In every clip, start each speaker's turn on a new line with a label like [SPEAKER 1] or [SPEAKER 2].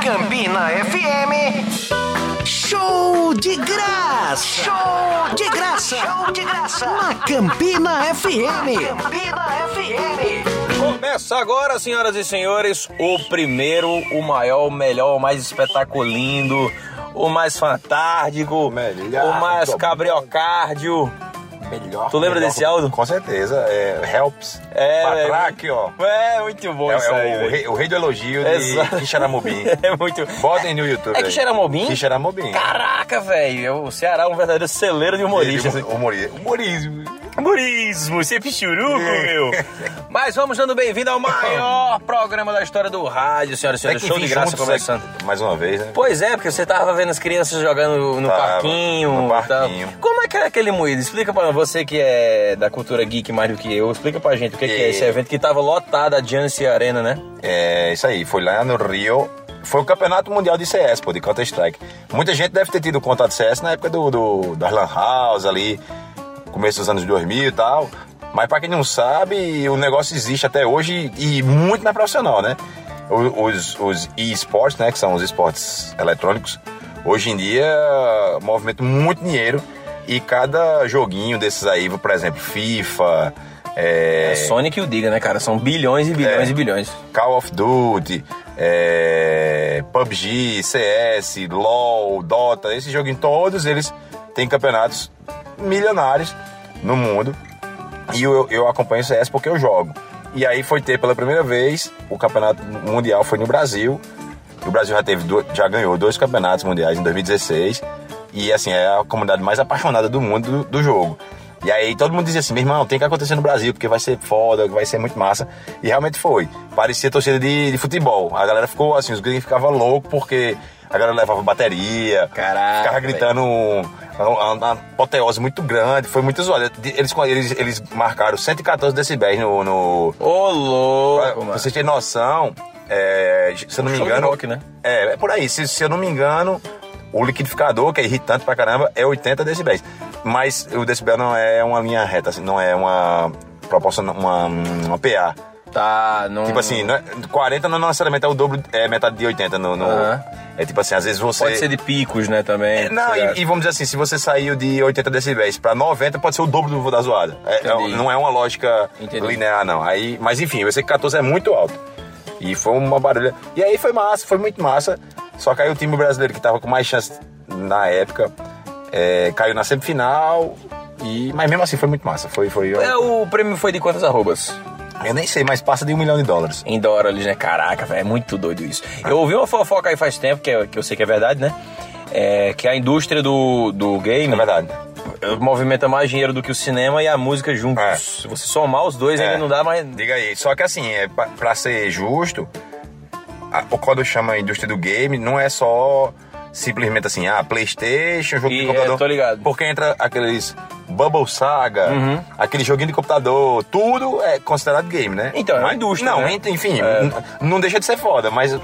[SPEAKER 1] na FM.
[SPEAKER 2] Show de graça!
[SPEAKER 1] Show de graça! Show de graça!
[SPEAKER 2] Na Campina FM.
[SPEAKER 1] Campina FM.
[SPEAKER 3] Começa agora, senhoras e senhores, o primeiro, o maior, o melhor, o mais espetaculindo, o mais fantástico,
[SPEAKER 4] Melhor.
[SPEAKER 3] o mais cabriocárdio.
[SPEAKER 4] Melhor.
[SPEAKER 3] Tu lembra
[SPEAKER 4] melhor.
[SPEAKER 3] desse áudio?
[SPEAKER 4] Com certeza. É, helps.
[SPEAKER 3] É,
[SPEAKER 4] Patraque, ó.
[SPEAKER 3] É muito bom
[SPEAKER 4] É,
[SPEAKER 3] isso aí,
[SPEAKER 4] é o,
[SPEAKER 3] velho.
[SPEAKER 4] rei, o rei do elogio
[SPEAKER 3] Exato.
[SPEAKER 4] de Quixaramobim.
[SPEAKER 3] É muito...
[SPEAKER 4] Botem no YouTube.
[SPEAKER 3] É Quixeramobim?
[SPEAKER 4] Quixaramobim.
[SPEAKER 3] Caraca, velho, o Ceará é um verdadeiro celeiro de humoristas.
[SPEAKER 4] Ele- é humori- Humorismo.
[SPEAKER 3] Humorismo, sempre churuco,
[SPEAKER 4] É.
[SPEAKER 3] meu. Mas vamos dando bem-vindo ao maior programa da história do rádio, senhoras e senhores. Show
[SPEAKER 4] enfim,
[SPEAKER 3] de graça
[SPEAKER 4] É juntos
[SPEAKER 3] começando.
[SPEAKER 4] aqui, Mais uma vez, né?
[SPEAKER 3] Pois é, porque você tava vendo as crianças jogando no
[SPEAKER 4] Tava,
[SPEAKER 3] parquinho.
[SPEAKER 4] no
[SPEAKER 3] e
[SPEAKER 4] parquinho.
[SPEAKER 3] tal. Como é que era aquele moído? Explica pra você que é da cultura geek mais do que eu. Explica pra gente o que, que é
[SPEAKER 4] É.
[SPEAKER 3] esse evento que tava lotado, a Jancy Arena, né?
[SPEAKER 4] É isso aí, foi lá no Rio. Foi o campeonato mundial de CS, pô, de Counter-Strike. Muita gente deve ter tido contato de CS na época do, do, das Lan House ali, começo dos anos 2000 e tal. Mas pra quem não sabe, o negócio existe até hoje e muito mais profissional, né? O- Os, os e-sports, né, que são os esportes eletrônicos, hoje em dia movimentam muito dinheiro e cada joguinho desses aí, por exemplo, FIFA, é,
[SPEAKER 3] É. Sony que o diga, né, cara? São bilhões e bilhões
[SPEAKER 4] É.
[SPEAKER 3] e bilhões.
[SPEAKER 4] Call of Duty, é, PUBG, CS, LOL, Dota, esses joguinhos, todos eles têm campeonatos milionários no mundo. E eu, eu acompanho o CS porque eu jogo. E aí foi ter pela primeira vez o campeonato mundial foi no Brasil. O Brasil já teve du- já ganhou dois campeonatos mundiais em 2016 e assim é a comunidade mais apaixonada do mundo do, do jogo. E aí todo mundo dizia assim, meu irmão, tem que acontecer no Brasil porque vai ser foda, vai ser muito massa. E realmente foi. Parecia torcida de, de futebol. A galera ficou assim, os gringos ficavam loucos porque a galera levava bateria,
[SPEAKER 3] Caraca,
[SPEAKER 4] ficava
[SPEAKER 3] velho.
[SPEAKER 4] gritando dando um- uma, uma apoteose muito grande, foi muito zoado. Eles, eles, eles marcaram 114 decibéis no. no
[SPEAKER 3] Ô,
[SPEAKER 4] pra
[SPEAKER 3] louco, mano.
[SPEAKER 4] vocês terem noção, é, se eu não me
[SPEAKER 3] Show de
[SPEAKER 4] engano.
[SPEAKER 3] rock, né?
[SPEAKER 4] É, é por aí. Se, se eu não me engano, o liquidificador, que é irritante pra caramba, é 80 decibéis. Mas o decibel não é uma linha reta, assim, não é uma proporção, uma, uma PA.
[SPEAKER 3] Tá, não.
[SPEAKER 4] Tipo assim, não é- 40 não necessariamente é o dobro, é metade de 80 no. no-
[SPEAKER 3] Aham.
[SPEAKER 4] É tipo assim, às vezes você.
[SPEAKER 3] Pode ser de picos, né, também.
[SPEAKER 4] É, Não,
[SPEAKER 3] sei lá.
[SPEAKER 4] e, e vamos dizer assim, se você saiu de 80 decibéis pra 90, pode ser o dobro do da zoada. É, é,
[SPEAKER 3] Entendi.
[SPEAKER 4] não é uma lógica
[SPEAKER 3] Entendi.
[SPEAKER 4] linear, não. Aí, mas enfim, eu sei que 14 é muito alto. E foi uma barulha. E aí foi massa, foi muito massa. Só que aí o time brasileiro que tava com mais chance na época é, caiu na semifinal. E, mas mesmo assim foi muito massa. Foi, foi,
[SPEAKER 3] É, o prêmio foi de quantas arrobas?
[SPEAKER 4] Eu nem sei, mas passa de um milhão de dólares.
[SPEAKER 3] em dólares, né? Caraca, velho, é muito doido isso. Eu ouvi uma fofoca aí faz tempo, que, é- que eu sei que é verdade, né? É, que a indústria do, do game
[SPEAKER 4] Na É verdade.
[SPEAKER 3] movimenta mais dinheiro do que o cinema e a música juntos.
[SPEAKER 4] É.
[SPEAKER 3] Se você somar os dois, ainda
[SPEAKER 4] É.
[SPEAKER 3] não dá mais.
[SPEAKER 4] Diga aí. Só que assim, é, pra, pra ser justo, a, o- quando chama a indústria do game, não é só simplesmente assim, ah, Playstation, jogo
[SPEAKER 3] E,
[SPEAKER 4] de
[SPEAKER 3] é,
[SPEAKER 4] computador.
[SPEAKER 3] tô ligado. Uhum.
[SPEAKER 4] Porque entra aqueles Bubble Saga, aquele joguinho de computador, tudo é considerado game, né?
[SPEAKER 3] Então, é uma
[SPEAKER 4] Mas-
[SPEAKER 3] indústria,
[SPEAKER 4] Não,
[SPEAKER 3] né?
[SPEAKER 4] ent- enfim,
[SPEAKER 3] É.
[SPEAKER 4] n- não deixa de ser foda, mas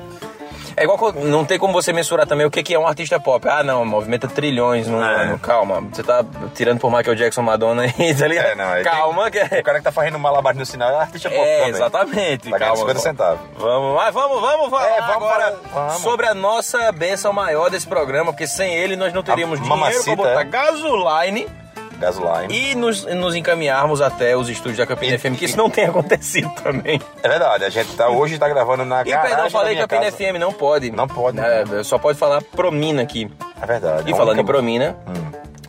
[SPEAKER 3] É igual. co- Não tem como você mensurar também o que, que é um artista pop. Ah, não, movimenta trilhões no
[SPEAKER 4] É.
[SPEAKER 3] ano. Calma, você tá tirando por Michael Jackson, Madonna aí, tá ligado?
[SPEAKER 4] É, não, aí tem-
[SPEAKER 3] Calma, que
[SPEAKER 4] o cara que tá fazendo malabar no sinal é artista pop
[SPEAKER 3] É,
[SPEAKER 4] também.
[SPEAKER 3] exatamente.
[SPEAKER 4] Tá ganhando
[SPEAKER 3] Calma,
[SPEAKER 4] 50
[SPEAKER 3] só.
[SPEAKER 4] centavos.
[SPEAKER 3] Vamos, mas vamos, vamos falar
[SPEAKER 4] É, vamos
[SPEAKER 3] agora
[SPEAKER 4] falar, vamos.
[SPEAKER 3] sobre a nossa benção maior desse programa, porque sem ele nós não teríamos dinheiro pra
[SPEAKER 4] mamacita,
[SPEAKER 3] botar
[SPEAKER 4] é.
[SPEAKER 3] gasoline
[SPEAKER 4] Gasoline.
[SPEAKER 3] e nos, nos encaminharmos até os estúdios da Campina
[SPEAKER 4] E-
[SPEAKER 3] FM, que isso não tem acontecido também.
[SPEAKER 4] É verdade, a gente tá, hoje tá gravando na
[SPEAKER 3] E
[SPEAKER 4] garagem
[SPEAKER 3] perdão, falei
[SPEAKER 4] da minha
[SPEAKER 3] Campina
[SPEAKER 4] casa.
[SPEAKER 3] FM, não pode.
[SPEAKER 4] Não pode,
[SPEAKER 3] É, só pode falar Promina aqui.
[SPEAKER 4] É verdade.
[SPEAKER 3] assim. E
[SPEAKER 4] é a
[SPEAKER 3] falando
[SPEAKER 4] única-
[SPEAKER 3] em Promina,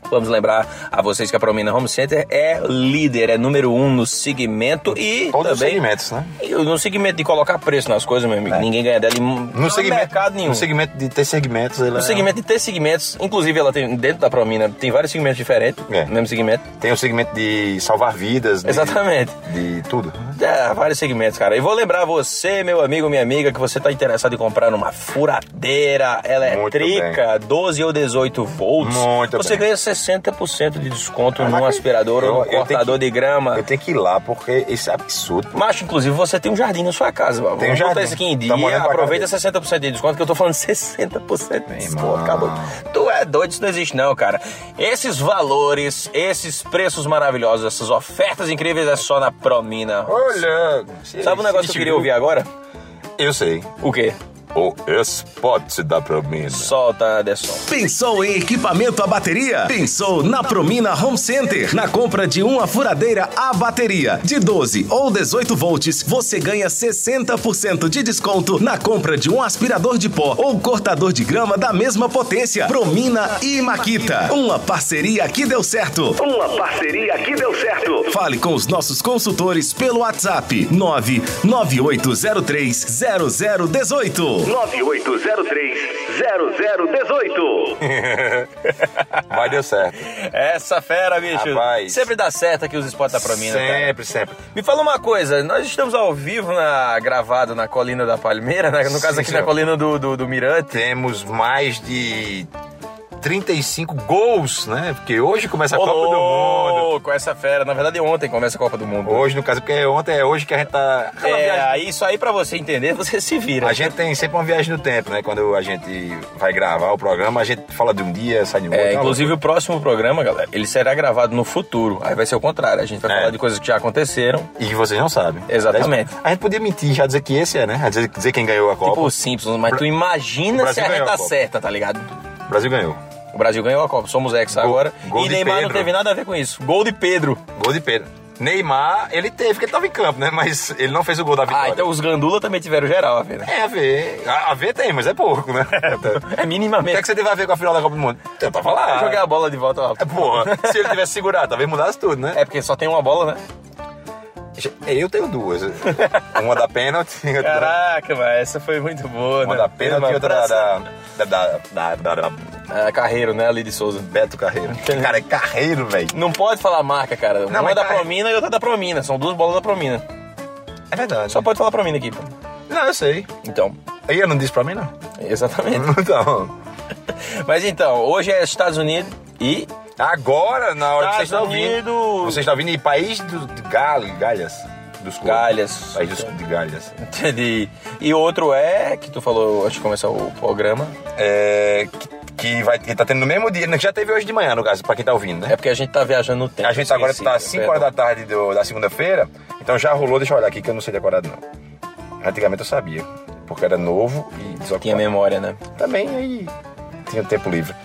[SPEAKER 3] vamos lembrar a vocês que a Promina Home Center é líder, é número um no segmento e
[SPEAKER 4] Todos os
[SPEAKER 3] também...
[SPEAKER 4] segmentos, né?
[SPEAKER 3] E No segmento de colocar preço nas coisas, meu amigo, ninguém ganha dela em
[SPEAKER 4] É. No segmento,
[SPEAKER 3] mercado nenhum.
[SPEAKER 4] No segmento de ter segmentos, é- ela
[SPEAKER 3] No segmento de ter segmentos, inclusive ela tem dentro da Promina, tem vários segmentos diferentes,
[SPEAKER 4] É.
[SPEAKER 3] no mesmo segmento.
[SPEAKER 4] tem o segmento de salvar vidas. de-
[SPEAKER 3] Exatamente.
[SPEAKER 4] De tudo.
[SPEAKER 3] É, vários segmentos, cara. E vou lembrar você, meu amigo, minha amiga, que você tá interessado em comprar uma furadeira elétrica 12 ou 18 volts.
[SPEAKER 4] Muito
[SPEAKER 3] você
[SPEAKER 4] bem.
[SPEAKER 3] ganha 60% de desconto num
[SPEAKER 4] Caraca,
[SPEAKER 3] aspirador
[SPEAKER 4] eu-
[SPEAKER 3] ou
[SPEAKER 4] eu
[SPEAKER 3] num
[SPEAKER 4] tenho
[SPEAKER 3] cortador
[SPEAKER 4] que-
[SPEAKER 3] de grama.
[SPEAKER 4] Eu tenho que ir lá porque isso é absurdo.
[SPEAKER 3] Macho, inclusive, você tem um jardim na sua casa, Babo.
[SPEAKER 4] Tem um
[SPEAKER 3] Vamos botar
[SPEAKER 4] jardim.
[SPEAKER 3] isso aqui em dia.
[SPEAKER 4] Tá morando pra
[SPEAKER 3] aproveita
[SPEAKER 4] caralho.
[SPEAKER 3] 60% de desconto, que eu tô falando 60% de desconto,
[SPEAKER 4] irmão.
[SPEAKER 3] acabou. Tu é doido, isso não existe não, cara. Esses valores, esses preços maravilhosos, essas ofertas incríveis é só na Promina. um
[SPEAKER 4] Olha!
[SPEAKER 3] Sabe um negócio que eu queria ouvir agora?
[SPEAKER 4] Eu sei.
[SPEAKER 3] O quê?
[SPEAKER 4] Um spot da Promina.
[SPEAKER 3] Solta, Anderson.
[SPEAKER 5] Pensou em equipamento à bateria? Pensou na Promina Home Center. Na compra de uma furadeira à bateria de 12 ou 18 volts, você ganha 60% de desconto na compra de um aspirador de pó ou cortador de grama da mesma potência. Promina e Maquita. Uma parceria que deu certo.
[SPEAKER 6] Uma parceria que deu certo.
[SPEAKER 5] Fale com os nossos consultores pelo WhatsApp 998030018.
[SPEAKER 6] 9803-0018.
[SPEAKER 4] Mas deu certo.
[SPEAKER 3] Essa fera, bicho.
[SPEAKER 4] Rapaz.
[SPEAKER 3] Sempre dá certo aqui os spots da
[SPEAKER 4] né,
[SPEAKER 3] Promina, cara.
[SPEAKER 4] sempre, sempre.
[SPEAKER 3] Me fala uma coisa, nós estamos ao vivo na gravado na Colina da Palmeira, né? no caso
[SPEAKER 4] Sim,
[SPEAKER 3] aqui
[SPEAKER 4] senhor.
[SPEAKER 3] na Colina do, do, do Mirante.
[SPEAKER 4] Temos mais de 35 gols, né? Porque hoje começa a Copa do Mundo.
[SPEAKER 3] Com essa fera, na verdade ontem começa a Copa do Mundo.
[SPEAKER 4] Hoje, no caso, porque ontem é hoje que a gente tá. Aquela
[SPEAKER 3] É,
[SPEAKER 4] viagem-
[SPEAKER 3] aí, isso aí pra você entender, você se vira.
[SPEAKER 4] A gente tem sempre uma viagem no tempo, né? Quando a gente vai gravar o programa, a gente fala de um dia, sai de um outro.
[SPEAKER 3] É,
[SPEAKER 4] uma
[SPEAKER 3] inclusive o próximo programa, galera, ele será gravado no futuro. Aí vai ser o contrário, a gente vai
[SPEAKER 4] É.
[SPEAKER 3] falar de coisas que já aconteceram.
[SPEAKER 4] E que vocês não sabem.
[SPEAKER 3] Exatamente.
[SPEAKER 4] A gente podia mentir, já dizer que esse é, né? Dizer, dizer quem ganhou a Copa.
[SPEAKER 3] Tipo o Simpsons, mas tu imagina
[SPEAKER 4] O
[SPEAKER 3] se
[SPEAKER 4] Brasil
[SPEAKER 3] a
[SPEAKER 4] ganhou a
[SPEAKER 3] reta
[SPEAKER 4] Copa.
[SPEAKER 3] certa, tá ligado?
[SPEAKER 4] O Brasil ganhou.
[SPEAKER 3] O Brasil ganhou a Copa, somos ex
[SPEAKER 4] Gol-
[SPEAKER 3] agora. e
[SPEAKER 4] gol de
[SPEAKER 3] Neymar não
[SPEAKER 4] Pedro.
[SPEAKER 3] teve nada a ver com isso. Gol de Pedro.
[SPEAKER 4] Gol de Pedro. Neymar, ele teve, porque ele tava em campo, né? Mas ele não fez o gol da vitória.
[SPEAKER 3] Ah, então os Gandula também tiveram geral, a ver, né?
[SPEAKER 4] É, a ver. A, a ver tem, mas é pouco, né?
[SPEAKER 3] É
[SPEAKER 4] O que, é
[SPEAKER 3] minimamente.
[SPEAKER 4] que você teve a ver com a final da Copa do Mundo? Eu tava lá.
[SPEAKER 3] Jogar a bola de volta lá.
[SPEAKER 4] É, Porra, se ele tivesse segurado, talvez mudasse tudo, né?
[SPEAKER 3] É porque só tem uma bola, né?
[SPEAKER 4] Eu tenho duas. Uma da pênalti e outra da-
[SPEAKER 3] Caraca, mas essa foi muito boa,
[SPEAKER 4] Uma
[SPEAKER 3] né?
[SPEAKER 4] da pênalti e outra da, da, da, da, da- da-
[SPEAKER 3] Ah, Carreiro, né? Ali de Souza.
[SPEAKER 4] Beto Carreiro. Cara, é Carreiro, velho.
[SPEAKER 3] Não pode falar marca, cara. uma é
[SPEAKER 4] mas
[SPEAKER 3] da
[SPEAKER 4] Carreiro-
[SPEAKER 3] Promina e outra da Promina. São duas bolas da Promina.
[SPEAKER 4] É verdade.
[SPEAKER 3] Só pode falar Promina aqui, pô.
[SPEAKER 4] Não, eu sei.
[SPEAKER 3] Então,
[SPEAKER 4] Aí eu não disse pra mim, não.
[SPEAKER 3] exatamente.
[SPEAKER 4] Então,
[SPEAKER 3] Mas então, hoje é Estados Unidos e
[SPEAKER 4] agora, na hora que vocês estão
[SPEAKER 3] Estados
[SPEAKER 4] Tá ouvindo...
[SPEAKER 3] Unidos.
[SPEAKER 4] Vocês estão ouvindo em País do, de Gal- Galhas. Dos Corvos.
[SPEAKER 3] Galhas.
[SPEAKER 4] País dos, de Galhas. É.
[SPEAKER 3] Entendi. E outro é, que tu falou antes de começar o programa,
[SPEAKER 4] É, que, que, vai, que tá tendo no mesmo dia, né, que já teve hoje de manhã, no caso, pra quem tá ouvindo, né?
[SPEAKER 3] é porque a gente tá viajando no tempo.
[SPEAKER 4] A gente agora
[SPEAKER 3] esqueci, né?
[SPEAKER 4] tá às 5 horas da tarde do- da segunda-feira, então já rolou, deixa eu olhar aqui que eu não sei decorado, não. Antigamente eu sabia, porque era novo e desocupado.
[SPEAKER 3] Tinha memória, né?
[SPEAKER 4] também aí tinha tempo livre.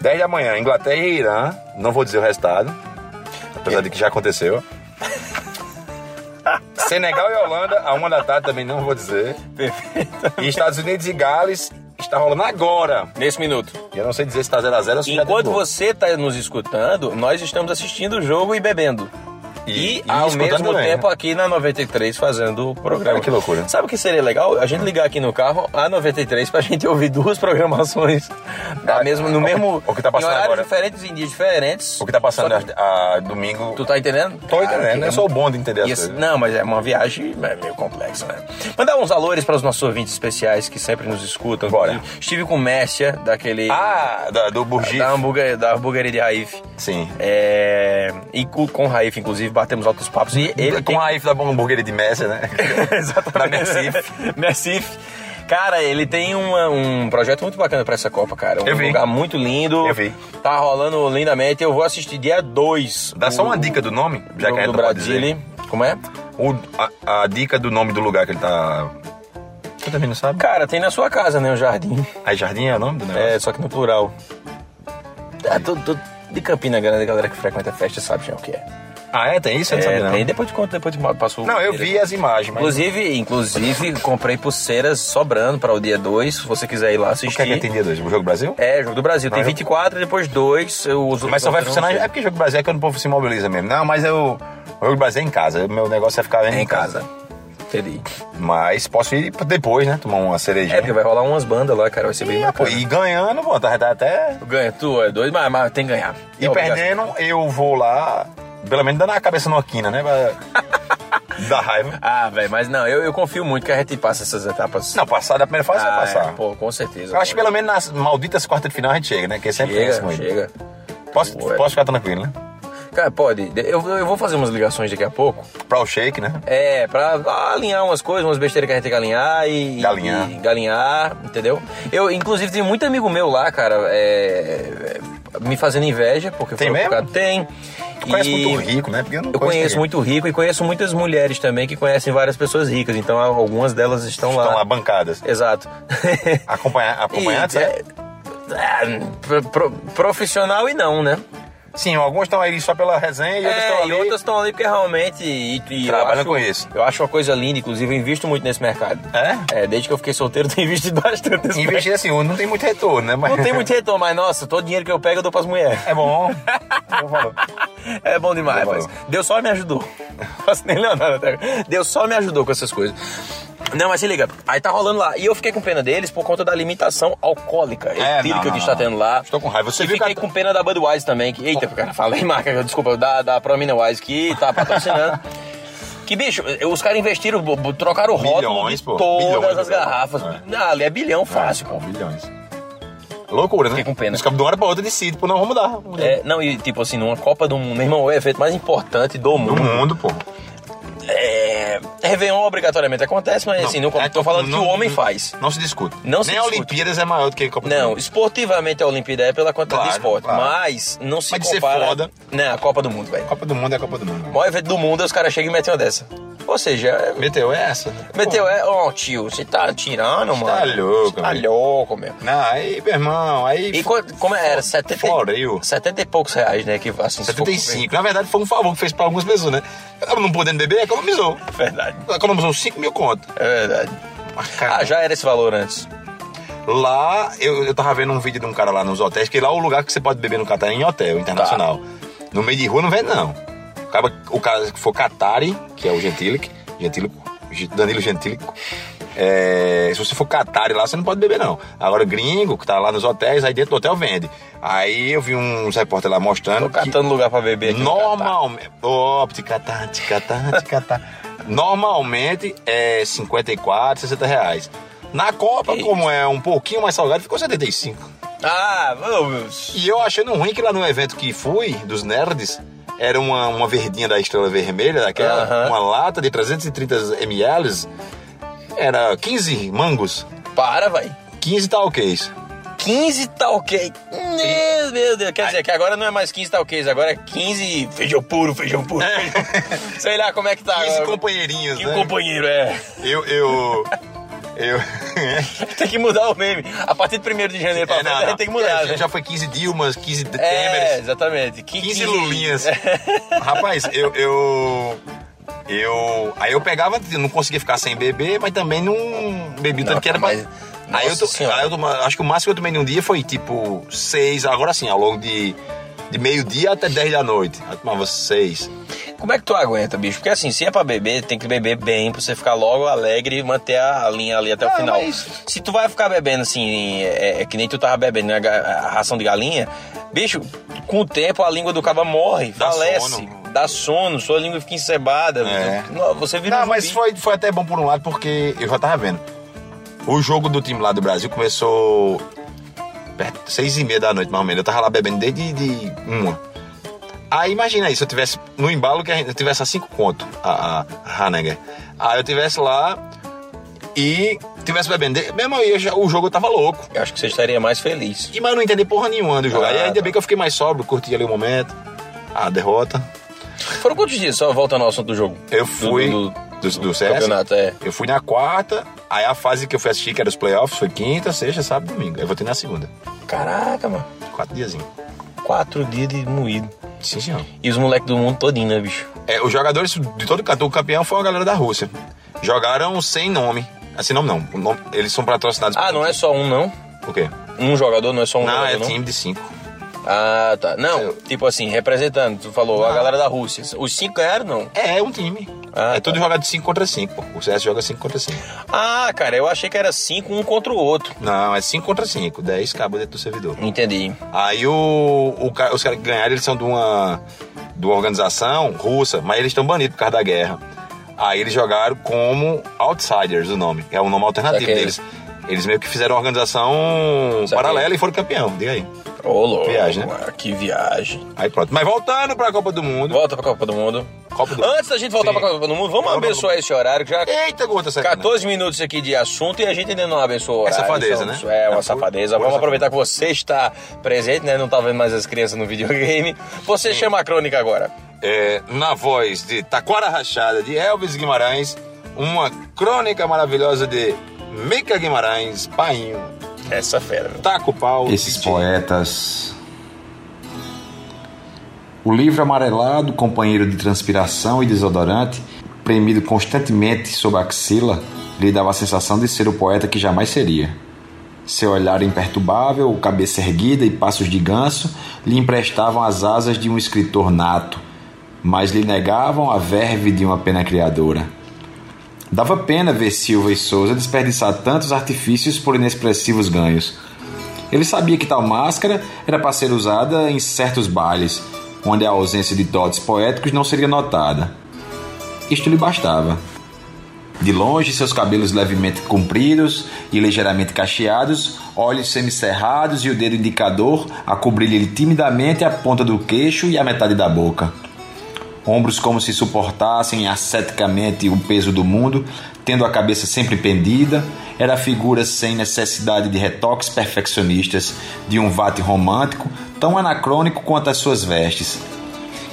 [SPEAKER 4] 10 da manhã, Inglaterra e Irã. Não vou dizer o resultado, apesar de que já aconteceu. Senegal e Holanda, a uma da tarde também não vou dizer.
[SPEAKER 3] Perfeito.
[SPEAKER 4] E Estados Unidos e Gales está rolando agora.
[SPEAKER 3] Nesse minuto.
[SPEAKER 4] E eu não sei dizer se tá está 0x0 ou se já
[SPEAKER 3] Enquanto
[SPEAKER 4] deu gol.
[SPEAKER 3] você tá nos escutando, nós estamos assistindo o jogo e bebendo. E,
[SPEAKER 4] E- e
[SPEAKER 3] ao
[SPEAKER 4] escutando
[SPEAKER 3] mesmo
[SPEAKER 4] também,
[SPEAKER 3] tempo
[SPEAKER 4] né?
[SPEAKER 3] aqui na 93 fazendo o programa.
[SPEAKER 4] Cara, que loucura.
[SPEAKER 3] Sabe o que seria legal? A gente ligar aqui no carro a 93 pra gente ouvir duas programações da
[SPEAKER 4] Ah,
[SPEAKER 3] mesmo, no
[SPEAKER 4] o que-
[SPEAKER 3] mesmo.
[SPEAKER 4] o que tá passando
[SPEAKER 3] em horários
[SPEAKER 4] agora.
[SPEAKER 3] diferentes, em dias diferentes.
[SPEAKER 4] O que está passando
[SPEAKER 3] Só que-
[SPEAKER 4] a, a domingo.
[SPEAKER 3] Tu tá entendendo?
[SPEAKER 4] Tô entendendo, né?
[SPEAKER 3] Cara, que é um-
[SPEAKER 4] eu sou bom de entender as
[SPEAKER 3] Isso-
[SPEAKER 4] coisas.
[SPEAKER 3] Não, mas é uma viagem é meio complexa, né? Mandar uns valores para os nossos ouvintes especiais que sempre nos escutam.
[SPEAKER 4] Bora.
[SPEAKER 3] Estive com o Mércia, daquele.
[SPEAKER 4] Ah, da- do Burgi.
[SPEAKER 3] Da, hambúrguer, da hambúrgueria de Raif.
[SPEAKER 4] Sim.
[SPEAKER 3] É, e cu- com o Raif, inclusive, batemos altos papos. E ele
[SPEAKER 4] Com a IF da hamburgueria de Messi, né?
[SPEAKER 3] Exatamente.
[SPEAKER 4] Da Mercif.
[SPEAKER 3] Mercif. Cara, ele tem uma- um projeto muito bacana pra essa Copa, cara. Um
[SPEAKER 4] Eu vi.
[SPEAKER 3] lugar muito lindo.
[SPEAKER 4] Eu vi.
[SPEAKER 3] Tá rolando lindamente. Eu vou assistir dia 2.
[SPEAKER 4] Dá só uma dica do nome, já que a
[SPEAKER 3] do
[SPEAKER 4] gente não pode dizer.
[SPEAKER 3] Brasile. Como é?
[SPEAKER 4] O, a, a dica do nome do lugar que ele tá. Você também não sabe?
[SPEAKER 3] Cara, tem na sua casa, né? O jardim.
[SPEAKER 4] Aí Jardim é o nome do negócio?
[SPEAKER 3] É, só que no plural. Ah, tô, tô de Campina Grande, a galera que frequenta a festa sabe já o que é.
[SPEAKER 4] Ah, é? Tem isso? Eu não
[SPEAKER 3] é
[SPEAKER 4] sabia, não.
[SPEAKER 3] tem, depois de conto, depois de passo o
[SPEAKER 4] Não, eu
[SPEAKER 3] endereço.
[SPEAKER 4] vi as imagens, mas.
[SPEAKER 3] Inclusive, inclusive, comprei pulseiras sobrando para o dia 2, se você quiser ir lá
[SPEAKER 4] o que é
[SPEAKER 3] assistir.
[SPEAKER 4] que tem dia dois? O Jogo Brasil?
[SPEAKER 3] É, Jogo do Brasil. Tem
[SPEAKER 4] Mas eu-
[SPEAKER 3] 24, depois 2, eu uso...
[SPEAKER 4] Mas só vai
[SPEAKER 3] eu não
[SPEAKER 4] funcionar.
[SPEAKER 3] sei.
[SPEAKER 4] É porque Jogo Brasil é quando o povo se mobiliza mesmo. Não, mas eu. O Jogo Brasil é em casa. O meu negócio é ficar vendo
[SPEAKER 3] É em casa. Entendi.
[SPEAKER 4] Mas posso ir depois, né? Tomar uma
[SPEAKER 3] É,
[SPEAKER 4] cerejinha.
[SPEAKER 3] porque vai rolar umas bandas lá, cara, vai ser bem
[SPEAKER 4] E, pô,
[SPEAKER 3] bacana.
[SPEAKER 4] e ganhando, pô, tá tá até.
[SPEAKER 3] Ganha tu, é doido, mas, mas tem que ganhar.
[SPEAKER 4] E
[SPEAKER 3] É obrigação.
[SPEAKER 4] perdendo, eu vou lá. Pelo menos dando a cabeça numa quina, né? Pra- da raiva.
[SPEAKER 3] Ah, velho, mas não, eu, eu confio muito que a gente passa essas etapas.
[SPEAKER 4] Não, passar da primeira fase
[SPEAKER 3] ah,
[SPEAKER 4] é passar.
[SPEAKER 3] é, pô, com certeza.
[SPEAKER 4] Eu acho que
[SPEAKER 3] pô.
[SPEAKER 4] pelo menos nas malditas quartas de final a gente chega, né? Que sempre pensa
[SPEAKER 3] Chega,
[SPEAKER 4] muito.
[SPEAKER 3] chega. é.
[SPEAKER 4] Posso,
[SPEAKER 3] Ué.
[SPEAKER 4] posso ficar tranquilo, né?
[SPEAKER 3] Cara, pode. Eu, eu vou fazer umas ligações daqui a pouco.
[SPEAKER 4] Pra o shake, né?
[SPEAKER 3] É, pra alinhar umas coisas, umas besteiras que a gente tem que alinhar e.
[SPEAKER 4] Galinhar.
[SPEAKER 3] E galinhar, entendeu? Eu, inclusive, tem muito amigo meu lá, cara, é, é, me fazendo inveja, porque
[SPEAKER 4] Tem
[SPEAKER 3] foi
[SPEAKER 4] mesmo?
[SPEAKER 3] Tem.
[SPEAKER 4] Tu conhece
[SPEAKER 3] E
[SPEAKER 4] muito rico, né? Porque eu não
[SPEAKER 3] Eu conheço
[SPEAKER 4] ninguém.
[SPEAKER 3] muito rico e conheço muitas mulheres também que conhecem várias pessoas ricas, então algumas delas estão,
[SPEAKER 4] Estão lá bancadas.
[SPEAKER 3] Exato.
[SPEAKER 4] Acompanha, acompanhados,
[SPEAKER 3] E,
[SPEAKER 4] né?
[SPEAKER 3] é, é, pro- pro- profissional e não, né?
[SPEAKER 4] Sim, alguns estão aí só pela resenha e outros
[SPEAKER 3] É,
[SPEAKER 4] estão ali.
[SPEAKER 3] e outras estão ali porque realmente. E, e eu
[SPEAKER 4] Trabalham
[SPEAKER 3] acho-
[SPEAKER 4] com isso.
[SPEAKER 3] Eu acho uma coisa linda, inclusive, eu invisto muito nesse mercado.
[SPEAKER 4] É?
[SPEAKER 3] É, desde que eu fiquei solteiro, tenho investido bastante nesse mercado.
[SPEAKER 4] Investir assim, não tem muito retorno, né? Mas...
[SPEAKER 3] Não tem muito retorno, mas nossa, todo dinheiro que eu pego eu dou pras mulheres.
[SPEAKER 4] É bom. Bom valor.
[SPEAKER 3] É bom demais,
[SPEAKER 4] Bom valor.
[SPEAKER 3] mas Deus só me ajudou. Faço nem Leonardo até agora. Deus só me ajudou com essas coisas. Não, mas se liga, aí tá rolando lá. E eu fiquei com pena deles por conta da limitação alcoólica,
[SPEAKER 4] É,
[SPEAKER 3] etílica
[SPEAKER 4] não,
[SPEAKER 3] que
[SPEAKER 4] não,
[SPEAKER 3] está
[SPEAKER 4] não.
[SPEAKER 3] tendo lá.
[SPEAKER 4] Estou com raiva. Você
[SPEAKER 3] e
[SPEAKER 4] viu que
[SPEAKER 3] fiquei
[SPEAKER 4] a-
[SPEAKER 3] com pena da Budweiser também. Que, eita, cara, falei marca, desculpa, da, da Promina Wise que tá patrocinando. Que bicho, os caras investiram, bo- bo- trocaram o rótulo
[SPEAKER 4] Milhões,
[SPEAKER 3] de
[SPEAKER 4] pô.
[SPEAKER 3] todas
[SPEAKER 4] Bilhões,
[SPEAKER 3] as
[SPEAKER 4] né?
[SPEAKER 3] garrafas.
[SPEAKER 4] É.
[SPEAKER 3] Ah, ali é bilhão fácil,
[SPEAKER 4] É,
[SPEAKER 3] pô.
[SPEAKER 4] com bilhões. Loucura, né?
[SPEAKER 3] Fiquei com pena.
[SPEAKER 4] Os cabos de uma hora pra outra decidem, pô, não, vamos mudar. Vamos mudar.
[SPEAKER 3] É, não, e tipo assim, numa Copa do Mundo, meu irmão, o evento mais importante do
[SPEAKER 4] Do
[SPEAKER 3] mundo.
[SPEAKER 4] mundo, pô.
[SPEAKER 3] É, Réveillon obrigatoriamente acontece, mas assim, não,
[SPEAKER 4] é,
[SPEAKER 3] tô falando
[SPEAKER 4] não-
[SPEAKER 3] que o homem
[SPEAKER 4] não-
[SPEAKER 3] faz.
[SPEAKER 4] Não se discute.
[SPEAKER 3] Não se
[SPEAKER 4] Nem a
[SPEAKER 3] discute.
[SPEAKER 4] Olimpíadas é maior do que a Copa do
[SPEAKER 3] Não,
[SPEAKER 4] Mundo.
[SPEAKER 3] esportivamente a Olimpíada é pela quantidade de
[SPEAKER 4] Claro,
[SPEAKER 3] esporte,
[SPEAKER 4] claro.
[SPEAKER 3] mas não se
[SPEAKER 4] Mas de ser
[SPEAKER 3] compara...
[SPEAKER 4] foda.
[SPEAKER 3] Não, a Copa do Mundo, velho.
[SPEAKER 4] A Copa do Mundo é a Copa do
[SPEAKER 3] O
[SPEAKER 4] Mundo.
[SPEAKER 3] maior evento do mundo, aí os caras chegam e metem uma dessa. Ou seja, é-
[SPEAKER 4] Meteu é essa.
[SPEAKER 3] meteu é... Ó, tio, você tá tirando, mano.
[SPEAKER 4] tá louco,
[SPEAKER 3] Você Tá
[SPEAKER 4] velho.
[SPEAKER 3] louco, meu.
[SPEAKER 4] Não, aí, meu irmão, aí...
[SPEAKER 3] E quanto- como era? 70,
[SPEAKER 4] Fora, eu.
[SPEAKER 3] 70 e poucos reais, né? Que, assim, se for-
[SPEAKER 4] 75. Na verdade, foi um favor que fez pra algumas pessoas, né? Ela não podendo beber, economizou.
[SPEAKER 3] É Verdade.
[SPEAKER 4] Economizou 5 mil conto.
[SPEAKER 3] É verdade.
[SPEAKER 4] Mas,
[SPEAKER 3] Ah, já era esse valor antes.
[SPEAKER 4] Lá, eu, eu tava vendo um vídeo de um cara lá nos hotéis, que lá o lugar que você pode beber no Catar é em hotel internacional.
[SPEAKER 3] Tá.
[SPEAKER 4] No meio de rua não vende, não. Acaba, o cara que for Catari, que é o Gentilic, Gentilico, Ge- Danilo Gentilico, é, se você for Catari lá, você não pode beber, não. Agora, gringo, que tá lá nos hotéis, aí dentro do hotel vende. Aí eu vi uns repórter lá mostrando.
[SPEAKER 3] Tô catando lugar pra beber aqui. no Catar.
[SPEAKER 4] Normalmente. Ó, ticatá, ticatá, ticatá. tá, Normalmente é 54, 60 reais. Na Copa,
[SPEAKER 3] Eita.
[SPEAKER 4] como é um pouquinho mais salgado, ficou 75.
[SPEAKER 3] Ah, meu Deus.
[SPEAKER 4] E eu achando ruim que lá no evento que fui, dos nerds, era uma, uma verdinha da estrela vermelha, daquela,
[SPEAKER 3] Aham.
[SPEAKER 4] uma lata de 330 ml, era 15 mangos,
[SPEAKER 3] Para, vai.
[SPEAKER 4] 15 talquês.
[SPEAKER 3] 15 talquês. Meu, meu Deus. Quer dizer, que agora não é mais 15 talquês, agora é 15 feijão puro, feijão puro. feijão- Sei lá como é que tá.
[SPEAKER 4] 15
[SPEAKER 3] agora.
[SPEAKER 4] companheirinhos,
[SPEAKER 3] E
[SPEAKER 4] É. né?
[SPEAKER 3] o companheiro, é.
[SPEAKER 4] Eu, eu... Eu...
[SPEAKER 3] Tem que mudar o meme. A partir de 1 de janeiro pra
[SPEAKER 4] É,
[SPEAKER 3] frente, a gente É, tem que mudar,
[SPEAKER 4] É,
[SPEAKER 3] né?
[SPEAKER 4] Já foi 15 Dilmas, 15 de
[SPEAKER 3] É,
[SPEAKER 4] Temeres,
[SPEAKER 3] exatamente. Que-
[SPEAKER 4] 15
[SPEAKER 3] que-
[SPEAKER 4] Lulinhas. Rapaz, eu, eu. eu- Aí eu pegava, eu não conseguia ficar sem beber, mas também não bebi tanto
[SPEAKER 3] Não,
[SPEAKER 4] que era pra.
[SPEAKER 3] mas-
[SPEAKER 4] Aí eu,
[SPEAKER 3] Nossa
[SPEAKER 4] to-
[SPEAKER 3] Senhora.
[SPEAKER 4] aí eu toma- acho que o máximo que eu tomei num dia foi tipo 6, agora sim, ao longo de, de meio-dia até 10 da noite. Aí Eu tomava 6.
[SPEAKER 3] Como é que tu aguenta, bicho? Porque assim, se é pra beber, tem que beber bem pra você ficar logo alegre e manter a linha ali até o
[SPEAKER 4] Ah,
[SPEAKER 3] final.
[SPEAKER 4] mas-
[SPEAKER 3] Se tu vai ficar bebendo assim, é, é que nem tu tava bebendo né, ga- a ração de galinha, bicho, com o tempo a língua do caba morre,
[SPEAKER 4] Dá
[SPEAKER 3] falece,
[SPEAKER 4] sono.
[SPEAKER 3] dá sono, sua língua fica encebada.
[SPEAKER 4] É.
[SPEAKER 3] no- Você vira
[SPEAKER 4] Não,
[SPEAKER 3] um
[SPEAKER 4] mas
[SPEAKER 3] zumbi.
[SPEAKER 4] foi, foi até bom por um lado, porque eu já tava vendo. O jogo do time lá do Brasil começou perto, seis e meia da noite, mais ou menos. Eu tava lá bebendo desde de uma. Aí imagina aí, se eu tivesse no embalo, que a gente- eu tivesse a cinco conto, a, a Hanegger. Aí eu tivesse lá e tivesse bebendo. de- Mesmo aí, eu já- o jogo tava louco.
[SPEAKER 3] Eu acho que você estaria mais feliz.
[SPEAKER 4] E mas eu não entendi porra nenhuma do jogo.
[SPEAKER 3] Ah,
[SPEAKER 4] aí ainda
[SPEAKER 3] tá.
[SPEAKER 4] bem que eu fiquei mais sóbrio, curti ali o momento, a derrota.
[SPEAKER 3] Foram quantos dias? Só voltando ao assunto do jogo.
[SPEAKER 4] Eu
[SPEAKER 3] Do-
[SPEAKER 4] fui
[SPEAKER 3] Do, do-
[SPEAKER 4] do, do CS.
[SPEAKER 3] campeonato, é.
[SPEAKER 4] Eu fui na quarta, aí a fase que eu fui assistir, que era os playoffs, foi quinta, sexta, sábado, domingo. Aí eu voltei na segunda.
[SPEAKER 3] Caraca, mano.
[SPEAKER 4] Quatro diazinhos.
[SPEAKER 3] Quatro dias de moído.
[SPEAKER 4] Sim, senhor.
[SPEAKER 3] E os moleques do mundo todinho, né, bicho?
[SPEAKER 4] É, os jogadores de todo canto, o campeão foi a galera da Rússia. Jogaram sem nome. Assim, nome não. O nome- eles são patrocinados
[SPEAKER 3] Ah, não é só um, não?
[SPEAKER 4] O quê?
[SPEAKER 3] Um jogador, não é só um
[SPEAKER 4] não,
[SPEAKER 3] jogador,
[SPEAKER 4] é
[SPEAKER 3] não?
[SPEAKER 4] time de cinco.
[SPEAKER 3] Ah, tá. Não,
[SPEAKER 4] Eu-
[SPEAKER 3] tipo assim, representando, tu falou, a
[SPEAKER 4] Não.
[SPEAKER 3] galera da Rússia. Os cinco ganharam, não?
[SPEAKER 4] É, é um time.
[SPEAKER 3] Ah,
[SPEAKER 4] é
[SPEAKER 3] tá.
[SPEAKER 4] tudo jogado de cinco contra cinco. pô. O CS joga cinco contra cinco.
[SPEAKER 3] Ah, cara, eu achei que era cinco, um contra o outro.
[SPEAKER 4] Não, é cinco contra cinco. Dez cabos dentro do servidor.
[SPEAKER 3] Entendi.
[SPEAKER 4] Aí o, o ca- os caras que ganharam, eles são de uma, de uma organização russa, mas eles estão banidos por causa da guerra. Aí eles jogaram como Outsiders, o nome. É o nome alternativo
[SPEAKER 3] Saquei.
[SPEAKER 4] deles. Eles meio que fizeram uma organização
[SPEAKER 3] Saquei.
[SPEAKER 4] paralela e foram campeão, diga aí.
[SPEAKER 3] Ô, louco.
[SPEAKER 4] Viagem, né?
[SPEAKER 3] mano, Que viagem.
[SPEAKER 4] Aí pronto. Mas voltando pra Copa do Mundo.
[SPEAKER 3] Volta pra Copa do Mundo.
[SPEAKER 7] Copa do
[SPEAKER 3] Antes da gente voltar
[SPEAKER 7] Sim.
[SPEAKER 3] pra Copa do Mundo, vamos
[SPEAKER 7] Vamos,
[SPEAKER 3] abençoar esse horário
[SPEAKER 4] É,
[SPEAKER 3] que já.
[SPEAKER 7] Eita, gota,
[SPEAKER 4] né?
[SPEAKER 7] essa
[SPEAKER 3] 14 minutos aqui de assunto e a gente ainda não abençoou. o
[SPEAKER 7] É
[SPEAKER 3] horário,
[SPEAKER 7] safadeza,
[SPEAKER 3] então, isso
[SPEAKER 7] né?
[SPEAKER 3] É,
[SPEAKER 7] É
[SPEAKER 3] uma
[SPEAKER 7] pura-
[SPEAKER 3] safadeza.
[SPEAKER 7] pura
[SPEAKER 3] Vamos aproveitar que você está presente, né? Não tá vendo mais as crianças no videogame. Você chama a crônica agora.
[SPEAKER 7] É, na voz de Taquara Rachada, de Elvis Guimarães, uma crônica maravilhosa de Mica Guimarães, Painho,
[SPEAKER 3] Essa fera, meu.
[SPEAKER 7] Taco Pau.
[SPEAKER 4] esses
[SPEAKER 7] Titi.
[SPEAKER 4] poetas. O livro amarelado, companheiro de transpiração e desodorante, premido constantemente sob a axila, lhe dava a sensação de ser o poeta que jamais seria. Seu olhar imperturbável, cabeça erguida e passos de ganso lhe emprestavam as asas de um escritor nato, mas lhe negavam a verve de uma pena criadora. Dava pena ver Silva e Souza desperdiçar tantos artifícios por inexpressivos ganhos. Ele sabia que tal máscara era para ser usada em certos bailes, onde a ausência de dotes poéticos não seria notada. Isto lhe bastava. De longe, seus cabelos levemente compridos e ligeiramente cacheados, olhos semicerrados e o dedo indicador a cobrir-lhe timidamente a ponta do queixo e a metade da boca ombros como se suportassem asceticamente o peso do mundo, tendo a cabeça sempre pendida, era a figura sem necessidade de retoques perfeccionistas de um vate romântico, tão anacrônico quanto as suas vestes.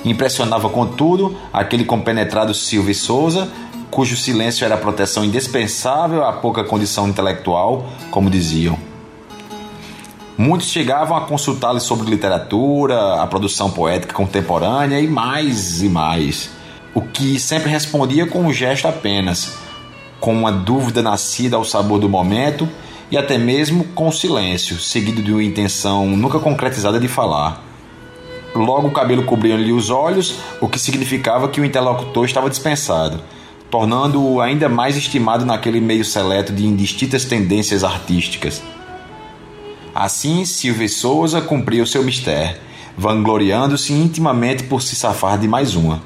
[SPEAKER 4] Impressionava, contudo, aquele compenetrado Silvio Souza, cujo silêncio era a proteção indispensável à pouca condição intelectual, como diziam. Muitos chegavam a consultá-lo sobre literatura, a produção poética contemporânea e mais e mais. O que sempre respondia com um gesto apenas, com uma dúvida nascida ao sabor do momento e até mesmo com silêncio, seguido de uma intenção nunca concretizada de falar. Logo o cabelo cobria-lhe os olhos, o que significava que o interlocutor estava dispensado, tornando-o ainda mais estimado naquele meio seleto de indistintas tendências artísticas. Assim, Silvio Souza cumpriu seu mistério, vangloriando-se intimamente por se safar de mais uma.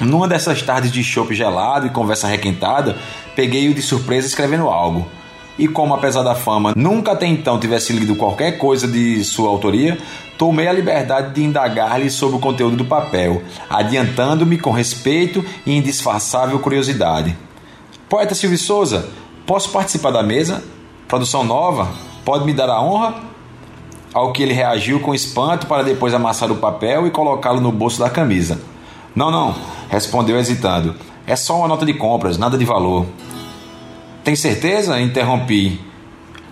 [SPEAKER 4] Numa dessas tardes de chope gelado e conversa requentada, peguei-o de surpresa escrevendo algo. E como, apesar da fama, nunca até então tivesse lido qualquer coisa de sua autoria, tomei a liberdade de indagar-lhe sobre o conteúdo do papel, adiantando-me com respeito e indisfarçável curiosidade. Poeta Silvio Souza, posso participar da mesa? Produção nova? Pode me dar a honra? Ao que ele reagiu com espanto para depois amassar o papel e colocá-lo no bolso da camisa. Não, não, respondeu hesitando. É só uma nota de compras, nada de valor. Tem certeza? Interrompi.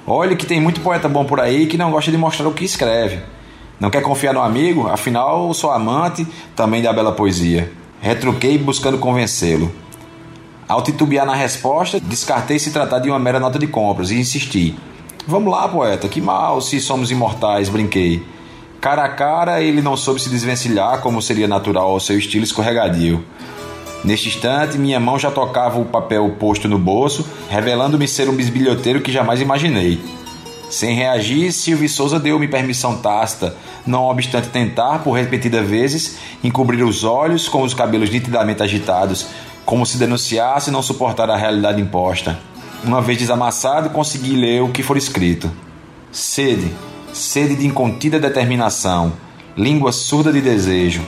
[SPEAKER 4] Olhe que tem muito poeta bom por aí que não gosta de mostrar o que escreve. Não quer confiar no amigo? Afinal, sou amante também da bela poesia. Retruquei buscando convencê-lo. Ao titubear na resposta, descartei se tratar de uma mera nota de compras e insisti. Vamos lá, poeta, que mal se somos imortais, brinquei. Cara a cara, ele não soube se desvencilhar como seria natural ao seu estilo escorregadio. Neste instante, minha mão já tocava o papel posto no bolso, revelando-me ser um bisbilhoteiro que jamais imaginei. Sem reagir, Silvio Souza deu-me permissão tácita, não obstante tentar, por repetidas vezes, encobrir os olhos com os cabelos nitidamente agitados, como se denunciasse não suportar a realidade imposta. Uma vez desamassado, consegui ler o que for escrito. Sede, sede de incontida determinação, língua surda de desejo,